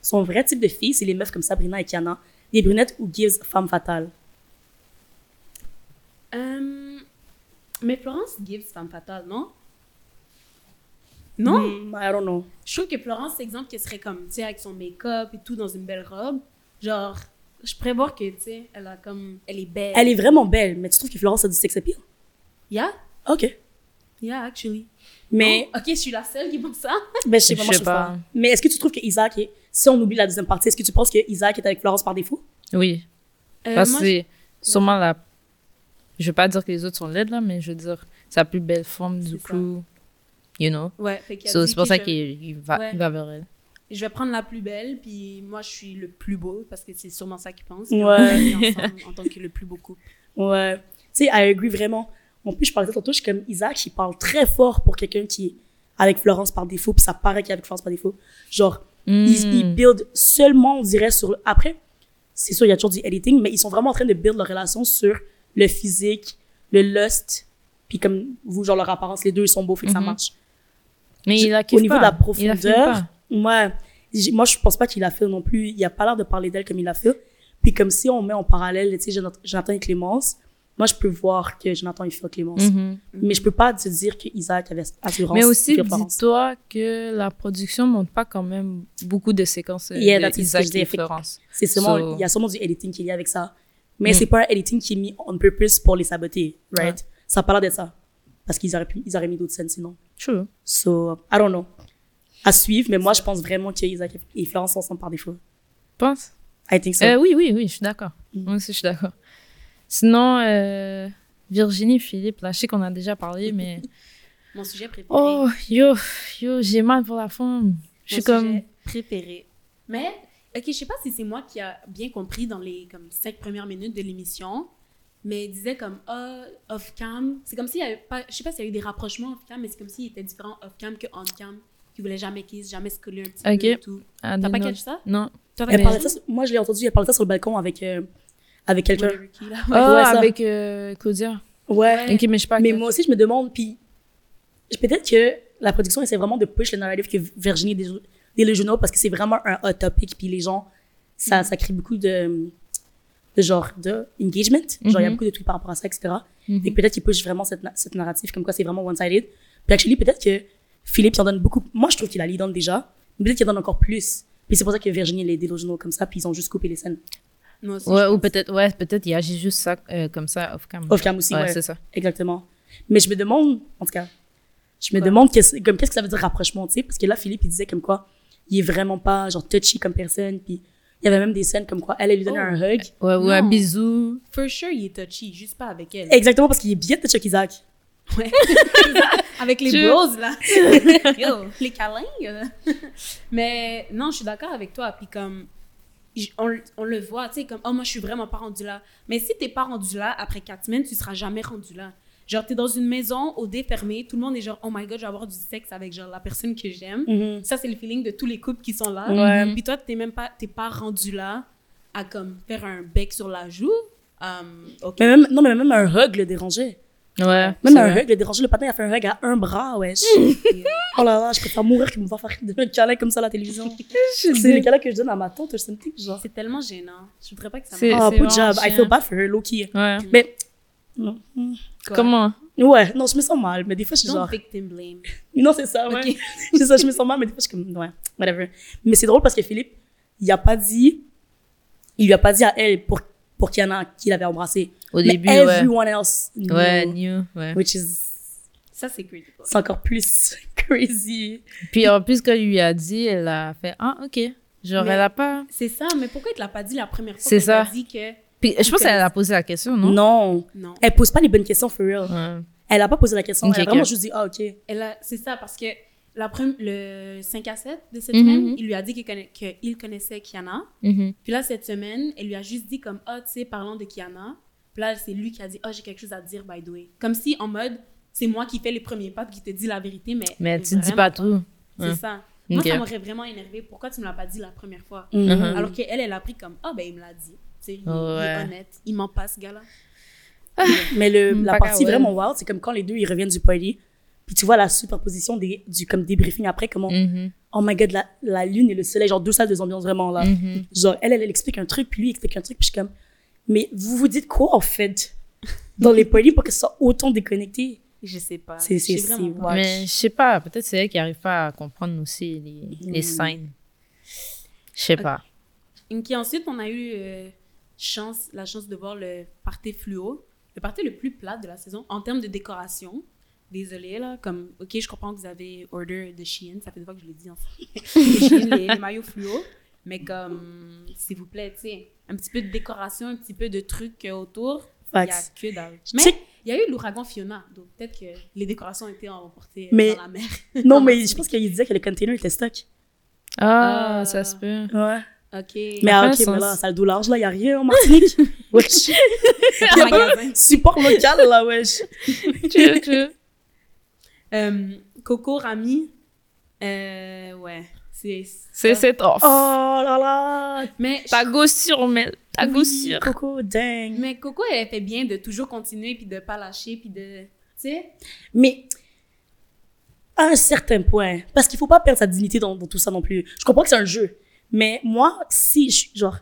son vrai type de fille, c'est les meufs comme Sabrina et Kiana. Des brunettes ou Gibbs, femme fatale. Euh, mais Florence Gibbs, femme fatale, non? Non? Hmm, I don't know. Je trouve que Florence, c'est exemple qu'elle serait comme, tu sais, avec son make-up et tout, dans une belle robe. Genre, je pourrais voir que, tu sais, elle a comme. Elle est belle. Elle est vraiment belle, mais tu trouves que Florence a du sex appeal? Yeah? Ok. Yeah, actually. Mais, Oh, ok, je suis la seule qui pense ça. ben, je sais Je pas, moi, sais je trouve pas. pas. Mais est-ce que tu trouves que Isaac est, si on oublie la deuxième partie, est-ce que tu penses que Isaac est avec Florence par défaut? Oui. Euh, Parce que moi, c'est sûrement la. Je vais pas dire que les autres sont laides, là, mais je veux dire, c'est la plus belle forme du C'est ça. coup. You know? je- ouais, fait qu'elle So, dit, c'est pour Ok, ça je vais- qu'il il va, Ouais. il va vers elle. Je vais prendre la plus belle, puis moi, je suis le plus beau, parce que c'est sûrement ça qu'ils pensent. Ouais. On va aller ensemble en tant que le plus beau couple. Ouais. Tu sais, I agree vraiment. En plus, je parlais de tantôt, je suis comme Isaac, il parle très fort pour quelqu'un qui est avec Florence par défaut, puis ça paraît qu'il est avec Florence par défaut. Genre, ils, ils Mm. build seulement, on dirait, sur le... Après, c'est sûr, il y a toujours du editing, mais ils sont vraiment en train de build leur relation sur le physique, le lust, puis comme vous, genre leur apparence, les deux, ils sont beaux, fait que Mhm. ça marche. Mais Je- il a kiffé au niveau pas. de la Il a kiffé profondeur, pas. Ouais. J'ai- Moi, je pense pas qu'il a fait non plus. Il a pas l'air de parler d'elle comme il a fait. Puis comme si on met en parallèle, tu sais, Jonathan- Jonathan et Clémence, moi, je peux voir que Jonathan, il fait Clémence. Mhm. Mais je peux pas te dire que Isaac avait assurance. Mais aussi, que Florence. dis-toi que la production montre pas quand même beaucoup de séquences euh, Yeah, de that's it, Isaac ce que je et dis, fait- Florence. C'est sûrement, So- il y a sûrement du editing qu'il y a avec ça. Mais Mm. c'est pas un editing qui est mis on purpose pour les saboter, right? Ça a pas l'air d'être ça. Parce qu'ils auraient pu, ils auraient mis d'autres scènes sinon. True. So, I don't know. À suivre, mais moi, je pense vraiment que Isaac et Florence sont ensemble par défaut. Pense. I think so. Euh, oui, oui, oui, je suis d'accord. Mm. Moi aussi, je suis d'accord. Sinon, euh, Virginie, Philippe, là, je sais qu'on a déjà parlé, mais. Mon sujet préféré. Oh, yo, yo, j'ai mal pour la femme. Je suis Mon comme. sujet préféré. Mais, ok, je sais pas si c'est moi qui a bien compris dans les comme cinq premières minutes de l'émission, mais il disait comme ah, off cam. C'est comme s'il y avait pas, je sais pas s'il y a eu des rapprochements off cam, mais c'est comme s'il était différent off cam que on cam, qui voulait jamais kiss, jamais se coller un petit Ok. peu et tout. T'as Ah, des pas notes. catché ça Non. Toi, Elle Mais- parlait de ça, sur- moi, je l'ai entendu, elle parlait de ça sur le balcon avec, euh, avec quelqu'un. Whatever qui, là. Ah, ouais, ça. avec euh, Claudia. Ouais. Ok, mais je sais pas. Mais que- moi aussi, je me demande, puis je- peut-être que la production essaie vraiment de push le narrative que Virginie est déjou- délusionnelle parce que c'est vraiment un hot topic, puis les gens, ça, Mm-hmm. ça crée beaucoup de, de genre de engagement. Genre, il y a Mhm. beaucoup de trucs par rapport à ça, etc. Mhm. Et peut-être qu'ils push vraiment cette, na- cette narrative comme quoi c'est vraiment one-sided. Puis actually, peut-être que Philippe, il en donne beaucoup. Moi, je trouve qu'il a l'identité déjà, mais peut-être qu'il en donne encore plus. Puis c'est pour ça que Virginie, elle est délusionnelle comme ça, puis ils ont juste coupé les scènes. Moi aussi, Ouais, je ou pense. peut-être, ouais, peut-être il agit juste ça euh, comme ça off cam. Off cam aussi, ouais, ouais. c'est ça. Exactement. Mais je me demande, en tout cas, je me Quoi? demande qu'est-ce, comme, qu'est-ce que ça veut dire rapprochement, tu sais, parce que là, Philippe, il disait comme quoi, il est vraiment pas, genre, touchy comme personne, puis il y avait même des scènes comme quoi, elle, elle lui donnait Oh. un hug. Ouais, ou un Non. bisou. For sure, il est touchy, juste pas avec elle. Exactement, parce qu'il est bien touchy avec Isaac. Ouais. Avec les Tu- bros, là. Yo, les câlins. euh. Mais non, je suis d'accord avec toi. Puis comme, j- on, on le voit, tu sais, comme, oh, moi, je suis vraiment pas rendu là. Mais si t'es pas rendu là, après quatre semaines, tu seras jamais rendu là. Genre, t'es dans une maison au dé fermé, tout le monde est genre, oh my god, je vais avoir du sexe avec genre la personne que j'aime. Mhm. Mm-hmm. Ça, c'est le feeling de tous les couples qui sont là. Ouais. Puis toi, t'es même pas, t'es pas rendu là à comme faire un bec sur la joue. Um, ok. Mais même, non, mais même un hug le dérangeait. Ouais. Même c'est un vrai. hug le dérangeait. Le patin, il a fait un hug à un bras, wesh. oh là là, je préfère mourir que me voir faire un câlin comme ça à la télévision. C'est le câlin que je donne à ma tante or something, genre. C'est tellement gênant. Je voudrais pas que ça C'est- me Oh, c'est good vraiment job. I chiant. feel bad for her, low-key. Ouais. Mais. Non. Mm. Comment? Ouais, non, je me sens mal, mais des fois, je suis Don't genre. victim blame. Non, c'est ça, ouais. Ok. c'est ça, je me sens mal, mais des fois, je suis comme, ouais, whatever. Mais c'est drôle parce que Philippe, il a pas dit, il lui a pas dit à elle pour, pour Kiana qu'il avait embrassé. Au mais début, ouais. everyone else knew, Ouais, new, ouais. Which is, Ça, c'est creepy. c'est encore plus crazy. Puis en plus, quand il lui a dit, elle a fait Ah, ok. Genre, Mais- elle a pas. C'est ça, mais pourquoi il te l'a pas dit la première fois C'est qu'elle t'a ça. dit que Puis je pense qu'elle a posé la question, non? Non. non. Elle pose pas les bonnes questions, for real. Ouais. Elle a pas posé la question. Ok, elle a ok. Uh-huh. vraiment juste dit, ah, ok. Elle a- c'est ça parce que la prem- le 5 à 7 de cette Mhm. semaine, il lui a dit qu'il conna- qu'il connaissait Kiana. Mhm. Puis là cette semaine, elle lui a juste dit comme "Ah, tu sais, parlons de Kiana." Puis là, c'est lui qui a dit "Ah, j'ai quelque chose à te dire by the way." Comme si en mode c'est moi qui fais les premiers pas puis qui te dit la vérité mais Mais tu dis vraiment pas tout. C'est Ouais. ça. Moi, Ok. ça m'aurait vraiment énervé. Pourquoi tu me l'as pas dit la première fois? Mm-hmm. Mhm. Alors qu'elle, elle a pris comme, ah ben il me l'a dit. Tu sais, il, il Ouais. est honnête. Il ment pas, ce gars-là. Mais le, la Pas partie qu'à vraiment wild, c'est comme quand les deux, ils reviennent du party. Puis tu vois la superposition des, du comme débriefing après, comment, Mhm. oh my god, la, la lune et le soleil, genre deux salles, deux ambiances vraiment là. Mhm. Genre, elle, elle, elle explique un truc, puis lui, il explique un truc, puis je suis comme, mais vous vous dites quoi, en fait, dans les polis pour que ce soit autant déconnecté? Je sais pas. C'est- c'est- Je sais vraiment c'est- pas. Ouais. Mais je sais pas, peut-être c'est elle qui arrive pas à comprendre aussi les, les signes. Je sais pas. Et qui ensuite, on a eu euh, chance, la chance de voir le party fluo, le party le plus plat de la saison en termes de décoration. Désolée, là, comme, ok, je comprends que vous avez order de Shein, ça fait des fois que je le dis en Shein, les, les maillots fluo, mais comme, s'il vous plaît, tu sais, un petit peu de décoration, un petit peu de trucs euh, autour. Il y a Facts. que dalle. Je Mais check- il y a eu l'ouragan Fiona, donc peut-être que les décorations étaient emportées euh, Mais- dans la mer. Non, mais je pense qu'il disait que le container était stock. Ah, Euh, ça se peut. Ouais. Ok. Mais ah, ok, fait un mais sens. là, salle d'eau large, là, il n'y a rien en Martinique. wesh. Un Il y a pas magasin. de support local, là, wesh. tu, tu. Euh, Coco, Rami, euh, ouais, c'est C'est ça. c'est off. Oh là là. Mais, Ta go sûre, mais ta go Oui, sûre. Coco, dang. mais Coco, elle fait bien de toujours continuer puis de pas lâcher puis de, tu sais, Mais à un certain point, parce qu'il faut pas perdre sa dignité dans, dans tout ça non plus. Je comprends que c'est un jeu, mais moi, si je suis genre,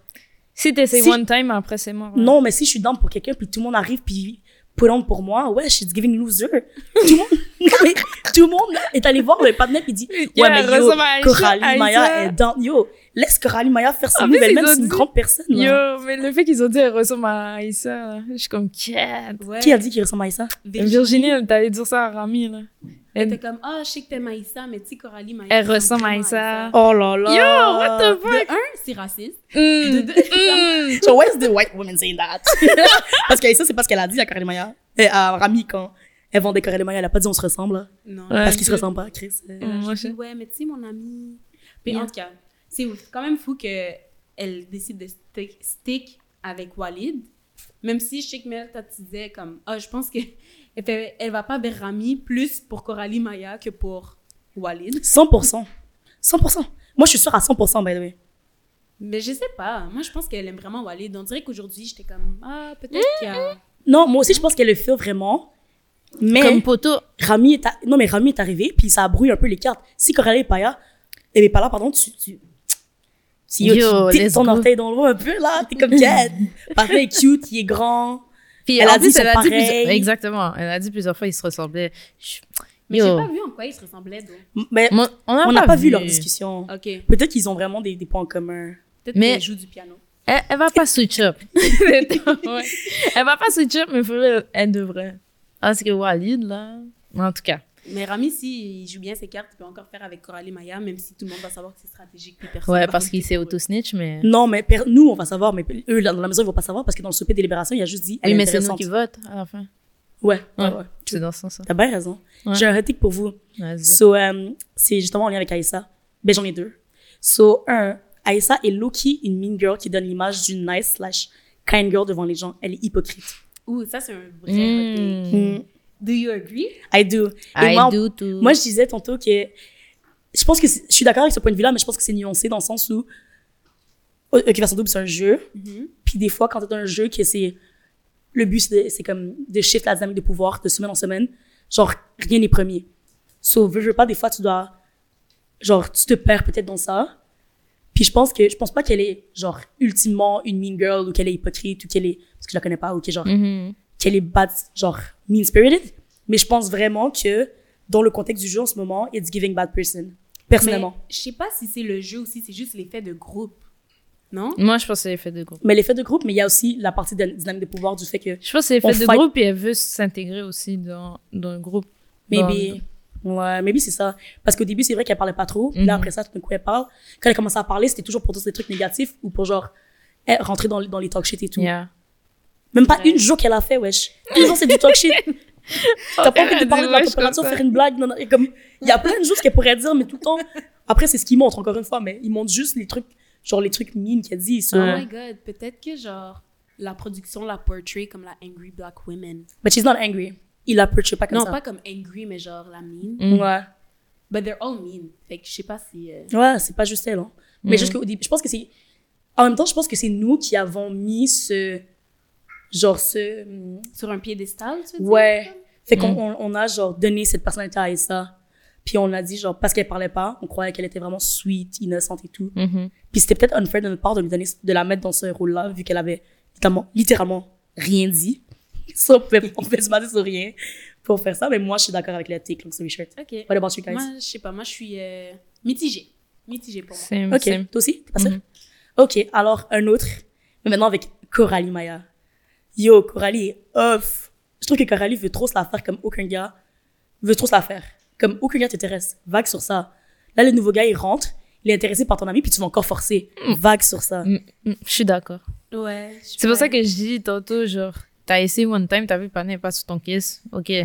Si t'essayes Si- one time, après c'est mort. hein. non, mais si je suis down pour quelqu'un, puis tout le monde arrive, puis prenante pour moi, ouais, she's giving loser. Tout le monde, Non, mais tout le monde est allé voir le partenaire puis dit, ouais, Yeah, mais yo, ressemble à Aïcha, Coralie Maya Aïcha. est down. Yo, laisse Coralie Maya faire En son plus, nouvelle, ils même ont c'est une dit- grande personne. là. Yo, mais le fait qu'ils ont dit elle ressemble à Aïssa, là, je suis comme cat. ouais. Qui a dit qu'il ressemble à ça? Virginie, elle t'allait dire ça à Rami, là. Elle était Elle, comme, ah, je sais que t'aimes Maïssa, mais tu sais, Coralie, Maïssa. elle ressemble à vraiment Aïssa. Oh là là. Yo, what the fuck? De un, c'est raciste. Mm, de- mm. So why is the white woman saying that? parce que ça, c'est parce qu'elle a dit à Coralie Maya, euh, à Rami quand elle vendait Coralie Maya, elle a pas dit on se ressemble. là. Non. Ouais. Parce qu'ils se ressemblent pas, Chris. Euh, Elle a Moi, juste je- dit, ouais, mais tu sais, mon ami. Mais Yeah. en tout cas, c'est ouf. quand même fou qu'elle décide de stick, stick avec Walid. Même si je sais que Mel, tu disais comme, ah, je pense qu'elle fait, elle va pas vers Rami plus pour Coralie Maya que pour Walid. 100%. 100%. Moi, je suis sûre à 100%, by the way. Mais je sais pas. Moi, je pense qu'elle aime vraiment Walid. On dirait qu'aujourd'hui, j'étais comme, ah, peut-être qu'il y Mm-hmm. a. Non, moi aussi, je pense qu'elle le fait vraiment. Mais Comme poteau. Rami, est a- non, mais Rami est arrivé, puis ça brouille un peu les cartes. Si Coralie et Paya, et pas là, eh ben, pardon, tu. tu tu- yo, Yo, tu let's dips ton go. orteil dans l'eau un peu, là. T'es comme, yeah. Pareil, cute, il est grand. Puis Elle en a dit, plus, ils elle sont a dit pareils. plusieurs- Exactement. Elle a dit plusieurs fois, ils se ressemblaient. Je- Mais j'ai Yo. pas vu en quoi ils se ressemblaient, donc. Mais Mon- on n'a pas vu leur discussion. Ok. Peut-être Peut-être qu'ils ont vraiment des, des points en commun. mais... Mais- qu'elle joue du piano. Elle, elle va pas switch up. Ouais. Elle va pas switch up, mais for real, elle devrait. Parce que Walid, là. En tout cas. Mais Rami, s'il joue bien ses cartes, il peut encore faire avec Coralie Maya, même si tout le monde va savoir que c'est stratégique. puis personne Ouais, va parce voter qu'il s'est pour eux. auto-snitch, mais. Non, mais per- nous, on va savoir, mais eux, là, dans la maison, ils vont pas savoir parce que dans le souper des libérations, il a juste dit. elle Oui, est mais c'est nous intéressante. qui vote à la fin. Ouais, ouais, Ouais. ouais. C'est dans ce sens-là. T'as bien raison. Ouais. J'ai un hot take pour vous. Vas-y. So, euh, c'est justement en lien avec Aïssa. Ben, j'en ai deux. So, un, Aïssa est Loki, une mean girl qui donne l'image d'une nice slash kind girl devant les gens. Elle est hypocrite. Ouh, ça, c'est un vrai hot take. Mm. Mm. Do you agree? I do. Et I moi, do too. Mm. Moi, je disais tantôt que je pense que c'est- je suis d'accord avec ce point de vue-là, mais je pense que c'est nuancé dans le sens où O- Occupation Double, c'est un jeu. Mhm. Puis des fois, quand t'es dans un jeu, que c'est le but, c'est de- c'est comme de shift la dynamique de pouvoir de semaine en semaine. Genre, rien n'est premier. Sauf, veux, veux pas, des fois, tu dois. Genre, tu te perds peut-être dans ça. Puis je pense que je pense pas qu'elle est genre ultimement une mean girl ou qu'elle est hypocrite ou qu'elle est parce que je la connais pas ou que genre Mhm. qu'elle est bad, genre mean spirited, mais je pense vraiment que dans le contexte du jeu en ce moment, it's giving bad person. Personnellement. Mais Je sais pas si c'est le jeu aussi, c'est juste l'effet de groupe. Non? Moi, je pense que c'est l'effet de groupe. Mais, l'effet de groupe, mais il y a aussi la partie de dynamique de pouvoir du fait que Je pense que c'est On l'effet de fight. groupe et elle veut s'intégrer aussi dans, dans le groupe. maybe. Ouais, maybe c'est ça. Parce qu'au début, c'est vrai qu'elle parlait pas trop. puis Là, Mhm. après ça, tout d'un coup, elle parle. Quand elle commençait à parler, c'était toujours pour tous des trucs négatifs ou pour genre eh, rentrer dans, les- dans les talk shit et tout. Yeah. Même pas Ouais. une jour qu'elle a fait, wesh. Toujours, c'est du talk shit. T'as pas envie de Elle parler dit de la wesh température, comme ça. faire une blague. non, non, et comme, il y a plein de choses qu'elle pourrait dire, mais tout le temps. Après, c'est ce qu'ils montrent, encore une fois, mais ils montrent juste les trucs, genre les trucs mines qu'elle dit. so- Oh my god, peut-être que genre la production la portrait comme la angry black women. But she's not angry. Il la purchase pas comme non, ça. pas comme angry, mais genre la mean. Mm. Ouais. But they're all mean. Fait que je sais pas si. euh, Ouais, c'est pas juste elle. Hein. Mais Mm. Mhm. juste qu'au début, je pense que c'est. En même temps, je pense que c'est nous qui avons mis ce. Genre ce. hum, sur un piédestal, tu veux dire? Ouais. Fait qu'on Mhm. on, on a genre donné cette personnalité à Issa. Puis on a dit, genre, parce qu'elle parlait pas, on croyait qu'elle était vraiment sweet, innocente et tout. Mhm. Puis c'était peut-être unfair de notre part de lui donner, de la mettre dans ce rôle-là, vu qu'elle avait littéralement, littéralement rien dit. Ça, on pouvait, on pouvait se baser sur rien pour faire ça. Mais moi, je suis d'accord avec la take, donc c'est Richard. Ok. What about you guys? Moi, je sais pas. Moi, je suis euh, mitigée. Mitigée pour moi. Same, Ok. same. Toi aussi? T'es pas sûre? Mhm. Ok. Alors, un autre. Mais maintenant avec Coralie Maya. Yo, Coralie est off. Je trouve que Coralie veut trop se la faire comme aucun gars. Veut trop se la faire. Comme aucun gars t'intéresse. Vague sur ça. Là, le nouveau gars, il rentre. Il est intéressé par ton ami, puis tu vas encore forcer. Vague sur ça. Mm, Je suis d'accord. Ouais. C'est pour ça que je dis tantôt, genre, t'as essayé one time, t'as vu Pana n'est pas sur ton kiss. Ok. Mais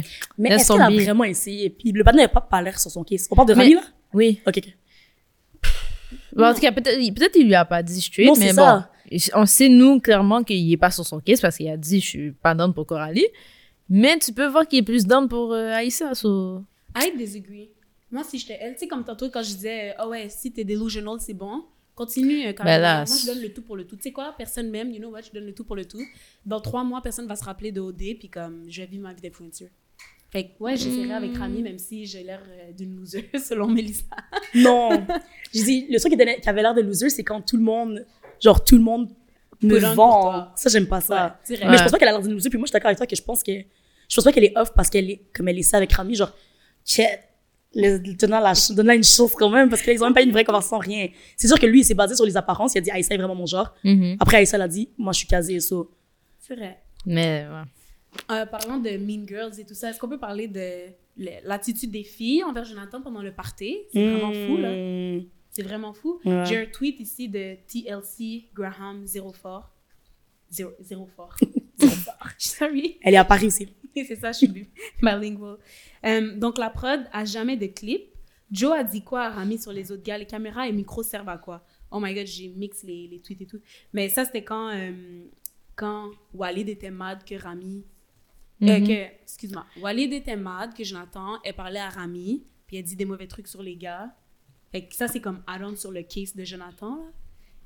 Laisse est-ce qu'elle a tomber. vraiment essayé? Puis le panneau n'avait pas, pas l'air sur son kiss. On parle de Mais- Rami, là? Oui. Ok, ok. Bah, en tout cas, peut-être il- peut-être il lui a pas dit je suis, Non, mais c'est bon. ça. On sait, nous, clairement, qu'il est pas sur son kiss parce qu'il a dit je suis pas down pour Coralie. Mais tu peux voir qu'il est plus down pour euh, Aïssa. so- I disagree. Moi, si j'étais elle, tu sais, comme tantôt quand je disais, ah ouais, si t'es delusional, c'est bon. Continue euh, quand Ben même. là, Moi, je c'est- donne le tout pour le tout. Tu sais quoi, personne m'aime, you know what, je donne le tout pour le tout. Dans trois mois, personne va se rappeler de OD, puis comme, je vis ma vie des pointures. Fait que, ouais, j'essaierai avec Hmm. Rami, même si j'ai l'air euh, d'une loser, selon Mélissa. Non. je dis, le truc qui, donnait- qui avait l'air de loser, c'est quand tout le monde, genre, tout le monde me Pull on pour vend. toi. Ça, j'aime pas ça. Ouais, direct. Mais je Ouais. pense pas qu'elle a l'air d'une loser. Puis moi, je suis d'accord avec toi que je pense que je pense pas qu'elle est off parce qu'elle est comme elle est ça avec Rami, genre shit, le- le- donne-la la ch- donne-la une chance quand même parce qu'ils ont même pas eu une vraie conversation, rien. C'est sûr que lui, il s'est basé sur les apparences. Il a dit Aïssa est vraiment mon genre. Après, Aïssa l'a dit, moi, je suis casée. So. C'est vrai. Mais ouais. Euh, parlant de Mean Girls et tout ça, est-ce qu'on peut parler de le- l'attitude des filles envers Jonathan pendant le party? C'est vraiment fou, là. Mm. C'est vraiment fou. Ouais. J'ai un tweet ici de TLC Graham Zéro Fort. Zéro, zéro Fort. Zéro Fort. Sorry. Elle est à Paris aussi. C'est ça, je suis bi- bilingual. Euh, donc, la prod a jamais de clip. Joe a dit quoi à Rami sur les autres gars? Les caméras et micros servent à quoi? Oh my god, j'ai mix les, les tweets et tout. Mais ça, c'était quand, euh, quand Walid était mad que Rami euh, Mhm. que, excuse-moi, Walid était mad que Jonathan, elle parlait à Rami, puis elle dit des mauvais trucs sur les gars. Fait que ça, c'est comme add sur le case de Jonathan, là.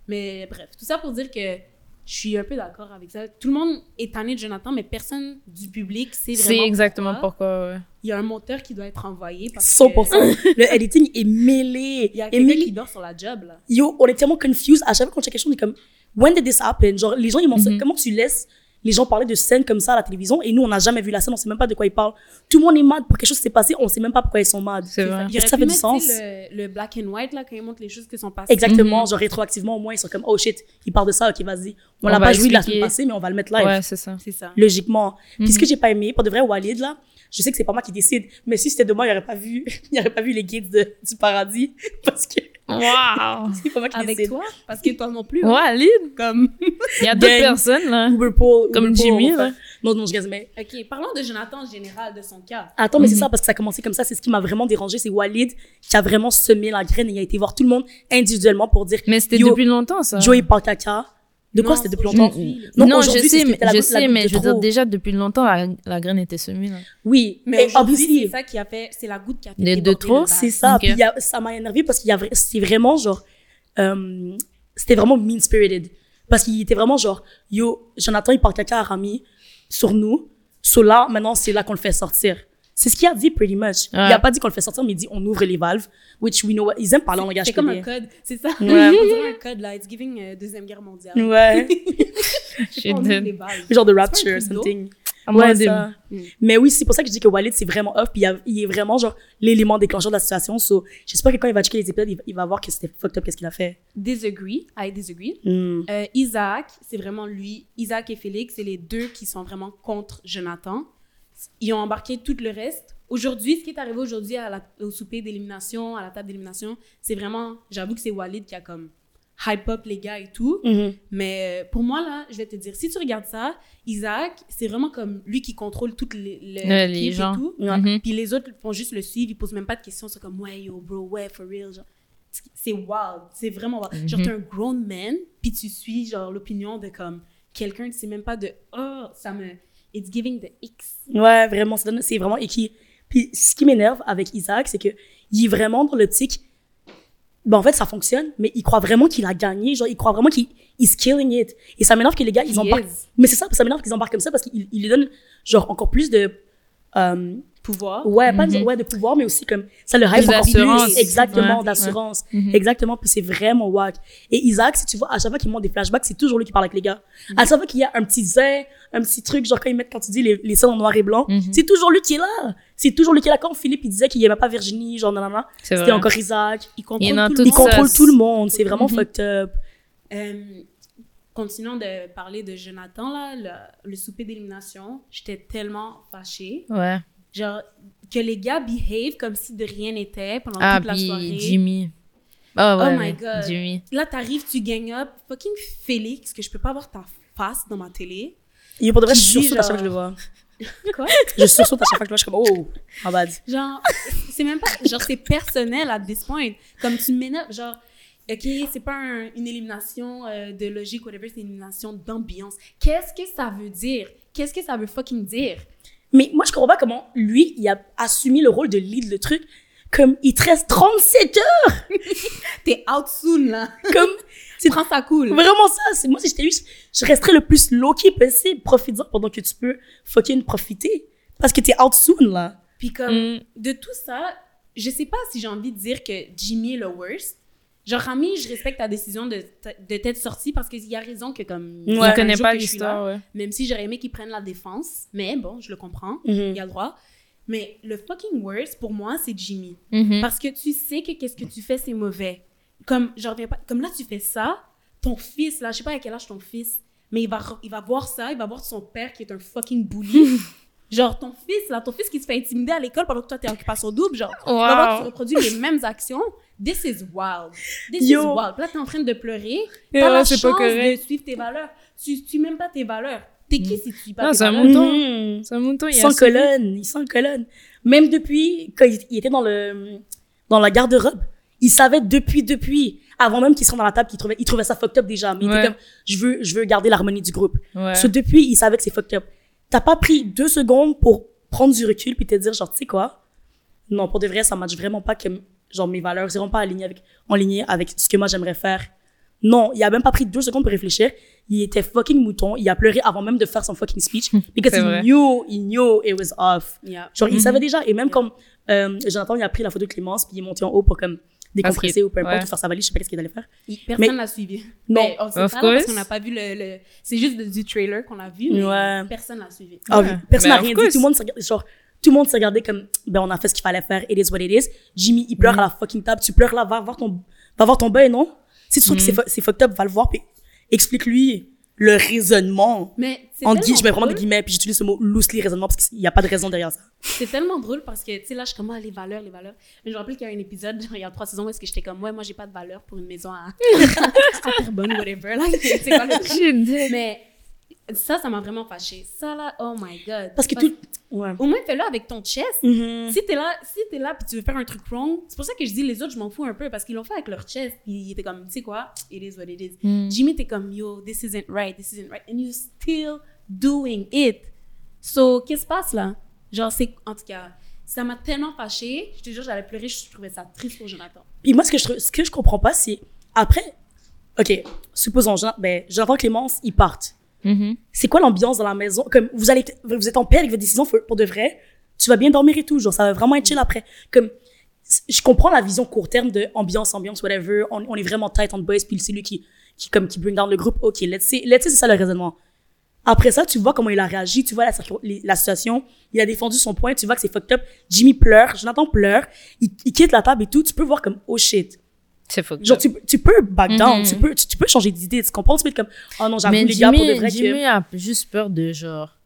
Mais bref, tout ça pour dire que je suis un peu d'accord avec ça. Tout le monde est tanné de Jonathan, mais personne du public sait vraiment. C'est exactement pourquoi. pourquoi. ouais. Il y a un monteur qui doit être envoyé parce que 100%. le editing est mêlé. il y a est quelqu'un mêlé. qui dort sur la job, là. yo, on est tellement confused. À chaque fois qu'on check quelque chose, on est comme, when did this happen? Genre, les gens, ils m'ont Mhm. comment tu laisses les gens parler de scènes comme ça à la télévision et nous, on n'a jamais vu la scène, on sait même pas de quoi ils parlent. Tout le monde est mad pour quelque chose qui s'est passé, on sait même pas pourquoi ils sont mad. C'est vrai. Il aurait Ça pu fait du mettre, tu sens. sais, Le, le black and white, là, quand il montre les choses qui sont passées. Exactement, Mhm. genre rétroactivement, au moins, ils sont comme, oh shit, ils parlent de ça, ok, vas-y. On, On l'a va pas joué de la expliquer. semaine passée, mais on va le mettre live. Ouais, c'est ça. C'est ça. Logiquement. Puis ce que Mhm. j'ai pas aimé, pour de vrai, Walid, là, je sais que c'est pas moi qui décide, mais si c'était de moi, il aurait pas vu, il aurait pas vu les guides de- du paradis parce que Wow! C'est pas moi qui Avec décide. toi? Parce que toi non plus. hein, Ouais, Lynn! Comme... Il y a d'autres Gang. personnes, là. Uber Paul. Comme Uber Paul, Jimmy, on va là. faire- Non, non, je gaze, mais. OK, parlons de Jonathan en général, de son cas. Attends, mais c'est Mhm. ça, parce que ça a commencé comme ça. C'est ce qui m'a vraiment dérangé. C'est Walid qui a vraiment semé la graine et il a été voir tout le monde individuellement pour dire Mais c'était Yo- depuis longtemps, ça. Joey Pakaka. De quoi Non, c'était depuis c'est longtemps? aujourd'hui, là. Non, Non, aujourd'hui, je c'est sais, ce qui mais, était la je, goutte- la sais, goutte mais de je veux dire, trop. déjà depuis longtemps, la, la graine était semée. Là. Oui, Mais mais aujourd'hui, c'est obviously, ça qui a fait... C'est la goutte qui a fait Les deux déborder trop, le vase. c'est ça. Ok. Puis il y a- ça m'a énervé parce qu'il y a vra- c'était vraiment genre, euh, c'était vraiment mean spirited parce qu'il était vraiment genre, yo, Jonathan il parle caca à Rami sur nous. So là, maintenant c'est là qu'on le fait sortir. C'est ce qu'il a dit pretty much. Il Ouais. a pas dit qu'on le fait sortir, mais il dit on ouvre les valves, which we know. what- Ils aiment parler en langage C'est comme un codé. code, c'est ça. Ouais. On dirait un code, là. It's giving euh, Deuxième Guerre mondiale. Ouais. J'ai pas Shit. envie de les balles. Genre de pas un rapture, truc d'eau. something. À Ouais, moins des- ça. Mm. Mais oui, c'est pour ça que je dis que Walid, c'est vraiment off. Puis il y a- il est vraiment genre l'élément déclencheur de la situation. So, j'espère que quand il va checker les épisodes, il va- il va voir que c'était fucked up qu'est-ce qu'il a fait. Disagree, I disagree. Hmm. Euh, Isaac, c'est vraiment lui. Isaac et Félix, c'est les deux qui sont vraiment contre Jonathan. Ils ont embarqué tout le reste. Aujourd'hui, ce qui est arrivé aujourd'hui à la- au souper d'élimination, à la table d'élimination, c'est vraiment, j'avoue que c'est Walid qui a comme hype up les gars et tout. Mhm. Mais euh, pour moi, là, je vais te dire, si tu regardes ça, Isaac, c'est vraiment comme lui qui contrôle toutes les, les, Ouais, les l'équipe et gens. tout. Ouais. Mhm. Puis les autres font juste le suivre, ils posent même pas de questions. C'est comme, ouais, yo, bro, ouais, for real. Genre, c'est wild, c'est vraiment wild. Genre, Mhm. t'es un grown man, puis tu suis, genre, l'opinion de comme quelqu'un, tu sais même pas de, oh, ça me. It's giving the X. Ouais, vraiment, ça donne- c'est vraiment équi. Puis ce qui m'énerve avec Isaac, c'est que il est vraiment dans l'optique. Ben, en fait, ça fonctionne, mais il croit vraiment qu'il a gagné. Genre, il croit vraiment qu'il is killing it. Et ça m'énerve que les gars, ils He embarquent. is. Mais c'est ça, ça m'énerve qu'ils embarquent comme ça parce qu'ils ils lui donnent, genre, encore plus de. euh, Pouvoir. ouais, pas de- Mhm. ouais, de pouvoir, mais aussi comme. Ça le hype Plus encore d'assurance. plus. Exactement, Ouais. d'assurance. Mhm. Exactement, puis c'est vraiment wack. Et Isaac, si tu vois, à chaque fois qu'il monte des flashbacks, c'est toujours lui qui parle avec les gars. Mhm. À chaque fois qu'il y a un petit zin, un petit truc, genre quand ils mettent, quand tu dis les, les scènes en noir et blanc, Mhm. c'est toujours lui qui est là. C'est toujours lui qui est là. Quand Philippe, il disait qu'il aimait pas Virginie, genre nanana, C'est c'était vrai. encore Isaac. Il Il est contrôle dans tout tout le Il monde. ça. contrôle tout le monde. C'est vraiment Mhm. fucked up. Euh, continuons de parler de Jonathan, là, le, le souper d'élimination. J'étais tellement fâchée. Ouais. Genre, que les gars behave comme si de rien n'était pendant Ah, toute la soirée. puis Jimmy. Ah Oh ouais, my ouais, God. Jimmy. Là, t'arrives, tu gang up. Fucking Félix, que je peux pas avoir ta face dans ma télé. Et pour de vrai, Qui je dit, sursaute à chaque fois genre- que je le vois. Quoi? Je sursaute à chaque fois que je le vois. Je suis comme, oh, my bad. Genre, c'est même pas. Genre, c'est personnel à this point. Comme tu m'énerves, genre. OK, c'est pas un- une élimination euh, de logique, whatever, c'est une élimination d'ambiance. Qu'est-ce que ça veut dire? Qu'est-ce que ça veut fucking dire? Mais moi, je comprends pas comment lui, il a assumé le rôle de lead, le truc. Comme, il te reste 37 heures. T'es out soon, là. Comme, Tu prends ça Mm. cool. Vraiment ça, c'est moi si j'étais lui, je- je resterais le plus low-key possible, profitant pendant que tu peux fucking profiter. Parce que t'es out soon, là. Puis comme, Euh, Mm. de tout ça, je sais pas si j'ai envie de dire que Jimmy est le worst. Genre, Rami, je respecte ta décision de, t- de t'être sorti parce qu'il y a raison que comme... Ouais. il y On a un ne connaît jour pas que je suis là, l'histoire, ouais. Même si j'aurais aimé qu'il prenne la défense. Mais bon, je le comprends. Mm-hmm. Il a le droit. Mais le fucking worst, pour moi, c'est Jimmy. Mm-hmm. Mhm. Parce que tu sais que qu'est-ce que tu fais, c'est mauvais. Comme, j'en reviens pas. Comme là, tu fais ça, ton fils, là, je sais pas à quel âge ton fils, mais il va, re- il va voir ça, il va voir son père qui est un fucking bully. genre, ton fils, là, ton fils qui se fait intimider à l'école pendant que toi, t'es en occupation double, genre, il va voir que tu Wow. reproduis les mêmes actions. This is wild. This is Yo. wild. Là, t'es en train de pleurer. Et T'as ouais, la Eh, c'est pas chance de correct. Mm. suivre tes valeurs. Tu suis même pas tes valeurs. T'es qui si tu suis pas Non, tes c'est un valeurs? monde. Mhm. C'est un mouton, Mm-hmm. il Il y a Sans assez- colonne, il sans colonne. Même depuis, quand il, il était dans le, dans la garde-robe, il savait depuis, depuis, avant même qu'ils sont dans la table, qu'il trouvait, il trouvait ça fucked up déjà. Mais il Ouais. était comme, je veux, je veux garder l'harmonie du groupe. Ouais. So, depuis, il savait que c'est fucked up. T'as pas pris deux secondes pour prendre du recul puis te dire, genre, tu sais quoi? Non, pour de vrai, ça match vraiment pas que, genre, mes valeurs seront pas alignées avec, en ligne avec ce que moi j'aimerais faire. Non, il a même pas pris deux secondes pour réfléchir. Il était fucking mouton. Il a pleuré avant même de faire son fucking speech. Because C'est he vrai. knew, he knew it was off. Yeah. Genre, il Mhm. savait déjà. Et même Yeah. comme, euh, Jonathan, il a pris la photo de Clémence puis il est monté en haut pour comme décompresser qu'il- ou peu importe, ouais. ou faire sa valise, je sais pas qu'est-ce qu'il allait faire. Il- Personne Mais- l'a suivi. Non. Mais on sait Of pas là, parce course. qu'on n'a pas vu le. le- C'est juste de- du trailer qu'on a vu, mais Ouais. personne l'a suivi. Ah oui, Ouais. personne n'a Mais of rien dit. course. Tout le monde se regardait, genre, tout le monde se regardait comme, ben, on a fait ce qu'il fallait faire. It is what it is. Jimmy, il pleure à la fucking table. Tu pleures là, va voir ton, va voir ton bain, non? Si tu trouves Mhm. que c'est fu- c'est fucked up, va le voir, puis explique-lui. le raisonnement. Mais c'est En gui- je mets tellement vraiment des drôle. guillemets, puis j'utilise le mot loosely raisonnement parce qu'il n'y a pas de raison derrière ça. C'est tellement drôle parce que, tu sais, là, je suis comme, ah, les valeurs, les valeurs. Mais je me rappelle qu'il y a un épisode, genre, il y a trois saisons, où est-ce que j'étais comme, ouais, moi, j'ai pas de valeur pour une maison à, à Terrebonne, whatever. Là, tu sais, quoi, le- Mais ça, ça m'a vraiment fâchée. Ça, là, oh my God. Parce que tout. Ouais. Au moins, fais-le avec ton chest. Mhm. Si t'es là, si t'es là puis tu veux faire un truc wrong, c'est pour ça que je dis les autres, je m'en fous un peu parce qu'ils l'ont fait avec leur chest. Puis ils étaient comme, tu sais quoi, it is what it is. Hmm. Mm. Jimmy t'es comme yo, this isn't right, this isn't right, and you're still doing it. So qu'est-ce qui se passe là Genre c'est en tout cas, ça m'a tellement fâchée, je te jure j'allais pleurer, je trouvais ça triste pour Jonathan. Puis moi, ce que je, trou- ce que je comprends pas, c'est après, ok, supposons, Jean- ben, Jonathan Clémence, ils partent. Mhm. C'est quoi l'ambiance dans la maison Comme vous allez, vous êtes en paix avec votre décision faut- pour de vrai. Tu vas bien dormir et tout, genre ça va vraiment être chill après. Comme c- je comprends la vision court terme de ambiance, ambiance, whatever. On, on est vraiment tight on boys, puis c'est lui qui, qui comme qui bring down le groupe. Ok, let's see, let's see, c'est ça le raisonnement. Après ça, tu vois comment il a réagi, tu vois la, circon- les- la situation, il a défendu son point, tu vois que c'est fucked up. Jimmy pleure, Jonathan pleure, il, il quitte la table et tout. Tu peux voir comme oh shit. C'est fucked Genre, tu, tu peux back down, Mhm. tu, peux, tu, tu peux changer d'idée, tu comprends? Tu peux être comme, oh non, j'avoue, Mm-hmm. Mais les gars, pour de Jimmy, vrai Jimmy que. a juste peur de genre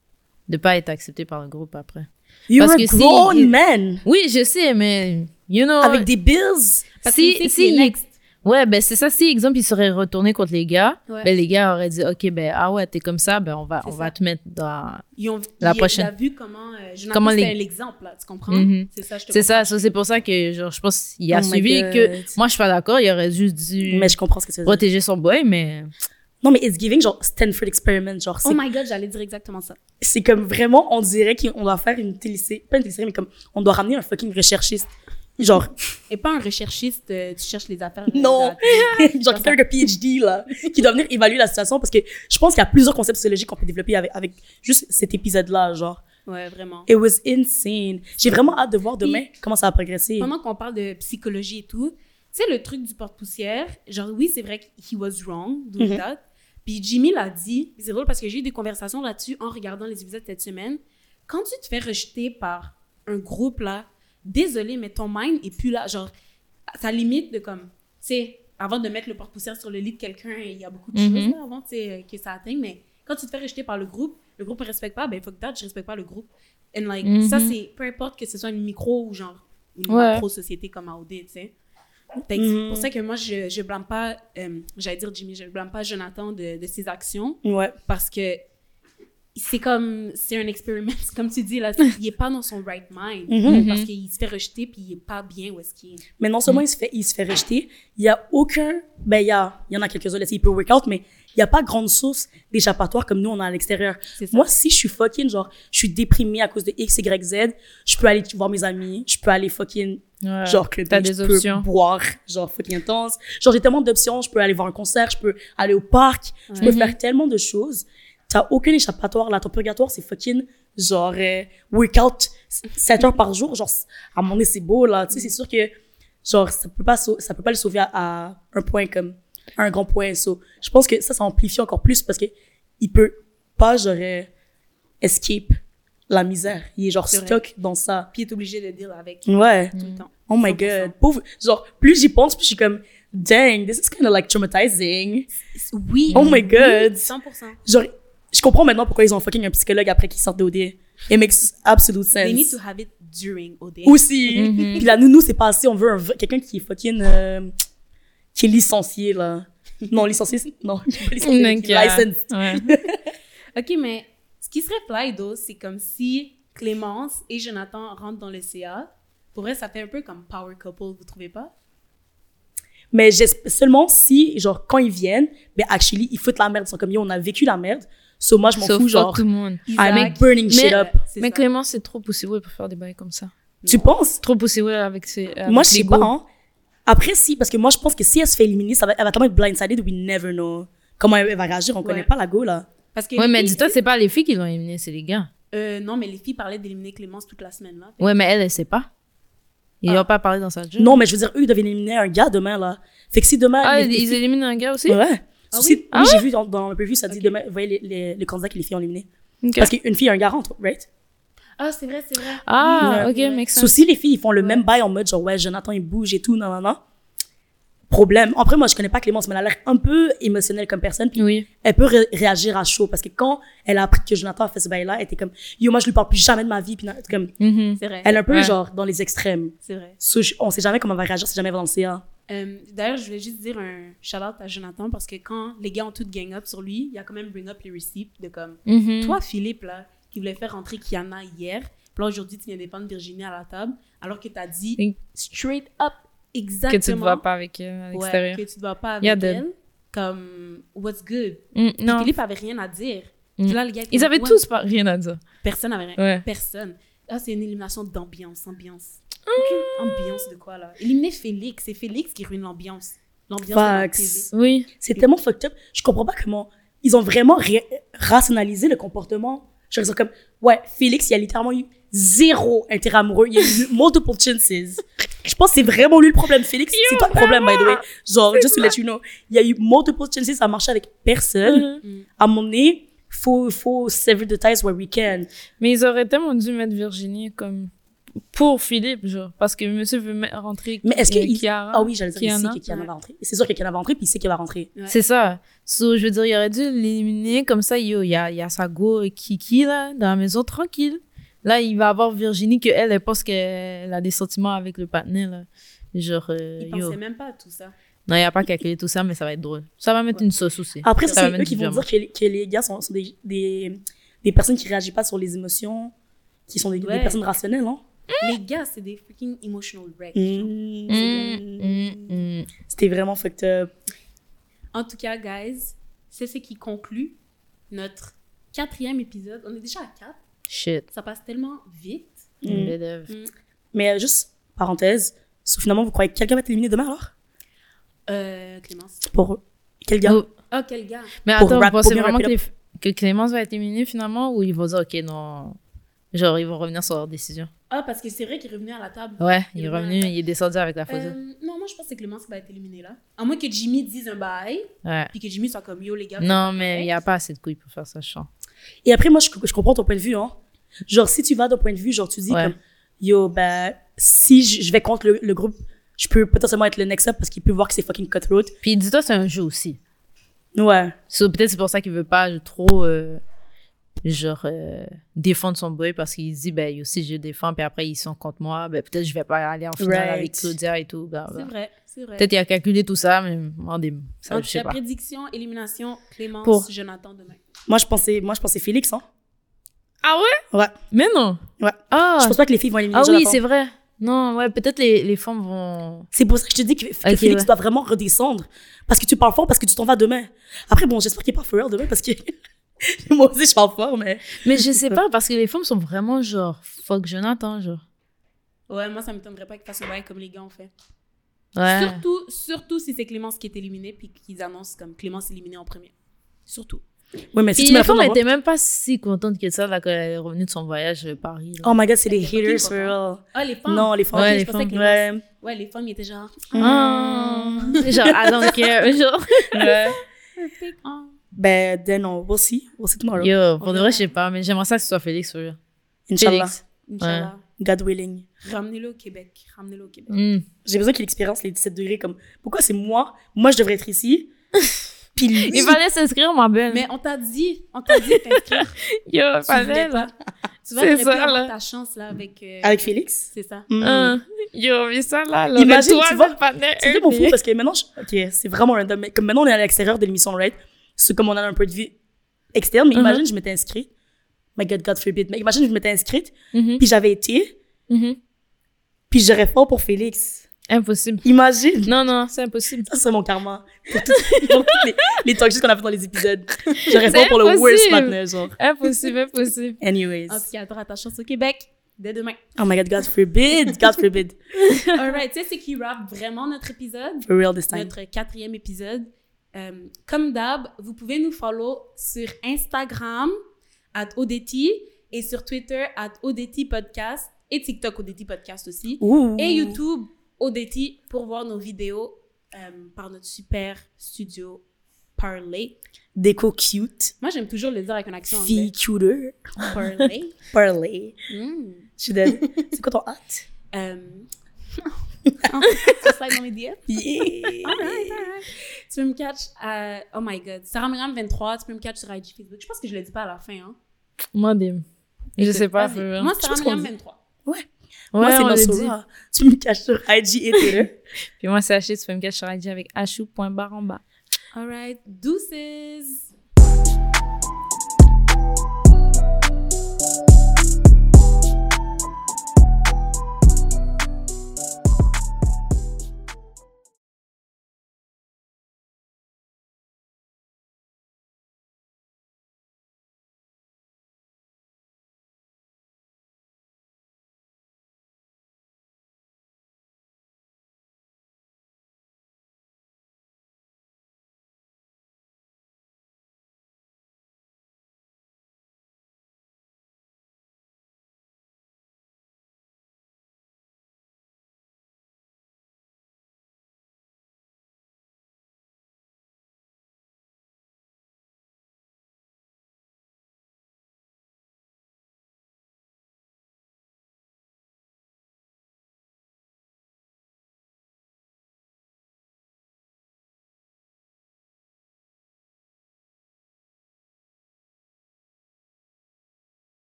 de pas être accepté par le groupe après. You're parce a que si- Oh, grown man! Oui, je sais, mais you know. Avec des bills! Parce Si- qu'il sait si qu'il est il- next. Ouais, ben c'est ça. Si exemple il serait retourné contre les gars, Ouais. ben les gars auraient dit ok ben ah ouais t'es comme ça ben on va C'est on ça. va te mettre dans. Ils ont, La il- prochaine. Il a vu comment euh, Jonathan Comment c'était les- l'exemple là, tu comprends Mhm. C'est ça, je Oh te C'est ça. ça, c'est pour ça que genre je pense qu'il a suivi que moi je suis pas d'accord. Il aurait juste dû Mais je comprends ce que c'est. protéger son boy, mais Non, mais it's giving, genre, Stanford Experiment. Genre, c'est Oh my god, j'allais dire exactement ça. c'est comme vraiment, on dirait qu'on doit faire une télésérie, pas une télésérie, mais comme, on doit ramener un fucking recherchiste. Genre, Et pas un recherchiste, euh, tu cherches les affaires. euh, de Non. la télé. genre quelqu'un avec un PhD, là, qui doit venir évaluer la situation parce que je pense qu'il y a plusieurs concepts sociologiques qu'on peut développer avec, avec juste cet épisode-là, genre. Ouais, vraiment. It was insane. J'ai vraiment hâte de voir demain comment ça va progresser. pendant qu'on parle de psychologie et tout, tu sais, le truc du porte-poussière, genre, oui, c'est vrai qu'il was wrong, do Mhm. that. Puis Jimmy l'a dit, c'est drôle parce que j'ai eu des conversations là-dessus en regardant les épisodes cette semaine. Quand tu te fais rejeter par un groupe, là, désolé, mais ton mind est plus là. Genre, ça limite de comme, tu sais, avant de mettre le porte-poussière sur le lit de quelqu'un, il y a beaucoup de Mhm. choses là, avant, tu sais, euh, que ça atteigne, mais quand tu te fais rejeter par le groupe, le groupe ne respecte pas, ben, fuck that, je respecte pas le groupe. And like, ça, Mhm. c'est peu importe que ce soit une micro ou genre une Ouais. macro-société comme AOD, tu sais. Fait que C'est Mhm. pour ça que moi, je, je blâme pas, euh, j'allais dire Jimmy, je blâme pas Jonathan de, de ses actions Ouais. parce que c'est comme, c'est un expériment, comme tu dis là, il est pas dans son right mind Mhm. parce qu'il se fait rejeter puis il est pas bien où est-ce qu'il est. Mais non seulement il, se fait, il se fait rejeter, il y a aucun. Ben, il y, a, il y en a quelques-uns, là, il peut work out, mais il n'y a pas grande source d'échappatoire comme nous, on a à l'extérieur. C'est ça. Moi, si je suis fucking, genre, je suis déprimée à cause de X, Y, Z, je peux aller voir mes amis, je peux aller fucking, ouais. genre, club, t'as je des peux options. boire, genre, fucking intense. Genre, j'ai tellement d'options, je peux aller voir un concert, je peux aller au parc, je peux Mhm. faire tellement de choses. T'as aucun échappatoire, là, ton purgatoire, c'est fucking, genre, euh, workout 7 heures par jour, genre, à un moment donné, c'est beau, là, tu sais, c'est sûr que, genre, ça peut pas, sau- ça peut pas le sauver à, à un point comme, à un grand point, so, je pense que ça, ça amplifie encore plus parce que il peut pas, genre, euh, escape la misère. Il est, genre, C'est vrai. stock dans ça. Puis il est obligé de deal avec Ouais. Mm. tout le temps. Oh my 100%. god. Pauvre, genre, plus j'y pense, plus je suis comme, dang, this is kind of like traumatizing. Oui. Oh my oui, God. 100%. Genre, je comprends maintenant pourquoi ils ont fucking un psychologue après qu'ils sortent d'OD. It makes absolute They need sense. to have it during OD. Aussi. Mhm. Puis la nounou, c'est pas assez. On veut un vrai- quelqu'un qui est fucking, euh, qui est licencié, là. Non, licencié, c'est- non. pas licencié, Donc, euh, Licensed. ouais. OK, mais ce qui serait fly, though, c'est comme si Clémence et Jonathan rentrent dans le CA. Pour vrai, ça fait un peu comme power couple, vous trouvez pas? Mais j'esp- seulement si, genre, quand ils viennent, ben, actually, ils foutent la merde. Ils sont comme, yo, on a vécu la merde. So, moi, je m'en Sauf fous, pour genre, tout le monde. I Ah, make burning shit up. C'est Mais ça. Clément, c'est trop poussé pour faire des bails comme ça. Tu penses? Trop poussé avec ses. avec moi, je sais l'ego. pas. hein. Après, si, parce que moi, je pense que si elle se fait éliminer, ça va, elle va tellement être blindsided, we never know. Comment elle elle va réagir, on connaît pas la go, là. Parce que Ouais, les mais filles- dis-toi c'est pas les filles qui l'ont éliminé, c'est les gars. Euh, non, mais les filles parlaient d'éliminer Clémence toute la semaine, là. Ouais, mais elle elle sait pas. Ils Ah. n'ont pas parlé dans sa Mm. job. Non, mais je veux dire, eux, ils doivent éliminer un gars demain, là. Fait que si demain. Ah, les- ils, ils éliminent un gars aussi. Ouais. Ah Si- oui? oui, j'ai vu dans, dans le preview, ça dit demain, vous voyez les, les, les candidats qui les filles ont éliminés. Ok. Parce qu'une fille, un gars rentre, right? Ah, c'est vrai, c'est vrai. Ah, Ouais. ok, mec. Sauf si les filles, ils font le même bail en mode genre, ouais, Jonathan, il bouge et tout, non, non, non. problème. Après, moi, je connais pas Clémence, mais elle a l'air un peu émotionnelle comme personne. Puis Oui. elle peut ré- réagir à chaud parce que quand elle a appris que Jonathan a fait ce bail-là, elle était comme Yo, moi, je lui parle plus jamais de ma vie. Puis na- comme, Mhm. C'est vrai. elle est un peu Ouais. genre dans les extrêmes. C'est vrai. So, je- on sait jamais comment elle va réagir si jamais elle va hein. dans le CA. Euh, D'ailleurs, je voulais juste dire un shout-out à Jonathan parce que quand les gars ont tout gang up sur lui, il y a quand même bring up les receipts de comme Mm. Mhm. Toi, Philippe, là, qui voulait faire rentrer Kiana hier, puis là, aujourd'hui, tu viens défendre Virginie à la table, alors que tu as Mm. dit straight up exactement que tu te vois pas avec euh, elle à ouais, l'extérieur. que tu te vois pas avec Yeah, dude. elle. Comme, what's good? Mm, Puis non. Philippe avait rien à dire. Mm. Puis là, le gars, Ils comme, avaient ouais, tous pas rien à dire. Personne avait rien. Ouais. Personne. Là, c'est une élimination d'ambiance, ambiance. Mm. Ok, Ambiance de quoi, là? Éliminer Félix. C'est Félix qui ruine l'ambiance. L'ambiance de la Facts. TV. Oui. C'est tellement fucked up. Je comprends pas comment ils ont vraiment ré- rationalisé le comportement. Je sont comme, ouais, Félix, il a littéralement eu zéro intérêt amoureux. Il y a eu multiple chances. Je pense que c'est vraiment lui le problème. Félix, c'est toi le problème, by the way. Genre, just to let you know. Il y a eu multiple chances, ça a marché avec personne. Mm. Mhm. Mm. À un moment donné, faut, faut sever the ties where we can. Mais ils auraient tellement dû mettre Virginie comme pour Philippe, genre. Parce que monsieur veut me- rentrer Mais est-ce euh, qu'il- Kiara. Ah oui, j'allais dire, il Kiana. sait que Kiana va rentrer. C'est sûr que Kiana va rentrer, puis il sait qu'elle va rentrer. Ouais. C'est ça. So, je veux dire, il aurait dû l'éliminer comme ça. Yo, il y a, il y a sa go et Kiki là, dans la maison tranquille. Là, il va avoir Virginie que elle, elle pense qu'elle a des sentiments avec le partenaire. Là. Genre, euh, Il yo. pensait même pas à tout ça. Mm. Non, il n'y a pas calculé tout ça, mais ça va être drôle. Ça va mettre Ouais. une sauce aussi. Après, Ça va c'est mettre eux qui du vont drama. dire que les, que les gars sont, sont des, des, des personnes qui réagissent pas sur les émotions, qui sont des, des Ouais. personnes rationnelles, hein. non? Les gars, c'est des freaking emotional wrecks. Mm, mm, mm. C'était vraiment fucked up. En tout cas, guys, c'est ce qui conclut notre quatrième épisode. On est déjà à quatre. Shit. Ça passe tellement vite. Mm. Belle-oeuvre. Mais euh, juste, parenthèse, so, finalement, vous croyez que quelqu'un va être éliminé demain alors? Euh, Clémence. Pour quel gars? Oh. Oh, quel gars. Mais Pour attends, rap- vous pensez pour bien vraiment que, rappeler les- que Clémence va être éliminée finalement ou ils vont dire, ok, non. Genre, ils vont revenir sur leur décision. Ah, parce que c'est vrai qu'il revenait à la table. Ouais, il est Ouais. revenu, il est descendu avec la photo. Euh, non, moi, je pense que c'est Clémence qui va être éliminée là. À moins que Jimmy dise un bye, Ouais. puis que Jimmy soit comme yo, les gars. Non, mais il n'y a pas assez de couilles pour faire ça, je sens. Et après, moi, je, je comprends ton point de vue, hein. Genre, si tu vas d'un point de vue, genre, tu dis Ouais. comme, yo, ben, si je, je vais contre le, le groupe, je peux potentiellement être le next up parce qu'il peut voir que c'est fucking cutthroat. Puis dis-toi, c'est un jeu aussi. Ouais. So, Peut-être c'est pour ça qu'il veut pas trop, euh, genre, euh, défendre son boy parce qu'il se dit, ben, yo, si je défends, puis après ils sont contre moi, ben, peut-être je vais pas aller en finale Right. avec Claudia et tout. bla, bla. C'est vrai, c'est vrai. Peut-être il a calculé tout ça, mais on est, Oh, ça, En je tout sais cas, pas. prédiction, élimination, Clémence, Pour- Jonathan demain. Moi, je pensais, moi, je pensais Félix, hein. Ah ouais? Ouais. Mais non. Ouais. Je Ah, pense pas que les filles vont éliminer ah oui, Jonathan. c'est vrai. Non, ouais, peut-être les, les femmes vont. C'est pour ça que je te dis que, que Ok, Félix ouais. doit vraiment redescendre. Parce que tu parles fort, parce que tu t'en vas demain. Après, bon, j'espère qu'il part fort demain parce que moi aussi, je parle fort, mais. Mais je sais pas, parce que les femmes sont vraiment genre, fuck Jonathan, genre. Ouais, moi, ça m'étonnerait pas qu'ils fassent un bye comme les gars ont fait. Ouais. Surtout, surtout si c'est Clémence qui est éliminée, puis qu'ils annoncent comme Clémence éliminée en premier. Surtout. Ouais, mais si Puis tu me les la fais femmes dans- étaient même pas si contentes que ça, là, quand elle est revenue de son voyage à Paris. là. Oh my god, c'est les T'es haters content. for real. Ah, les femmes. Non, les femmes. Ouais, Ok, les je pensais femmes, que Ouais. Ouais, les femmes, ils étaient genre. Ah. Oh. genre, I don't care. Genre. Ah. Ben, then on, we'll see. We'll see tomorrow. Yo, pour de vrai, je sais pas, mais j'aimerais ça que ce soit Félix. ou Inch'Allah. Félix. Inch'Allah. God willing. Ramenez-le au Québec. Ramenez-le au Québec. Hmm. J'ai besoin qu'il expérience les 17 degrés comme. Pourquoi c'est moi Moi, je devrais être ici. Puis lui. Il fallait s'inscrire, ma Mm. belle. Mais on t'a dit, on t'a dit de t'inscrire. Yo, tu voulais fallait, là. pas. Tu vois, C'est t'aurais pu ça, avoir là. ta chance là avec. euh, Avec Félix. C'est ça. Hmm. Euh. Hein. Mm. Yo, mais ça, là, là. Imagine, toi, tu vois, le partenaire, C'est eux, tellement fou les- parce que maintenant, je- ok, c'est vraiment random. Mais comme maintenant, on est à l'extérieur de l'émission, right? C'est comme on a un peu de vue externe. Mais Mhm. imagine, je m'étais inscrite. My God, God forbid. Mais imagine, je m'étais inscrite, Mhm. puis j'avais été, Mhm. puis j'aurais fort pour Félix. Impossible. Imagine. Non, non, c'est impossible. Ça, c'est mon karma. Pour toutes, pour toutes les, les talk shows qu'on a fait dans les épisodes. J'aurais fort C'est pour le worst impossible. maintenant, genre. Impossible, impossible. Anyways. En tout cas, t'auras ta chance au Québec dès demain. Oh my God, God forbid. God forbid. Alright, tu sais, c'est qui wrap vraiment notre épisode. For real this time. notre quatrième épisode. Euh, comme d'hab, vous pouvez nous follow sur Instagram, at ODT, et sur Twitter, at ODT Podcast, et TikTok ODT Podcast aussi, Ouh. et YouTube ODT pour voir nos vidéos euh, par notre super studio Parley. Déco cute. Moi, j'aime toujours le dire avec un accent anglais. Fille cuter. Parley. Parley. Mm. Je suis dead. C'est quoi ton hâte? Euh, tu slides dans mes DM? Yeah. Alright, alright. Tu peux me catch à... Oh my God. Sarah Megan 23, tu peux me catch sur IG Facebook. Je pense que je le dis pas à la fin, hein. Moi, des... Je Écoute, sais pas. vas-y. faut- Ouais, Moi, Je Sarah pense qu'on Megan dit. 23. Moi, c'est on le dit. Mansoura. Tu me caches sur IG et Twitter. Puis moi, c'est Haché, tu peux me cacher sur IG avec hachou.barre en bas. Alright. Deuces!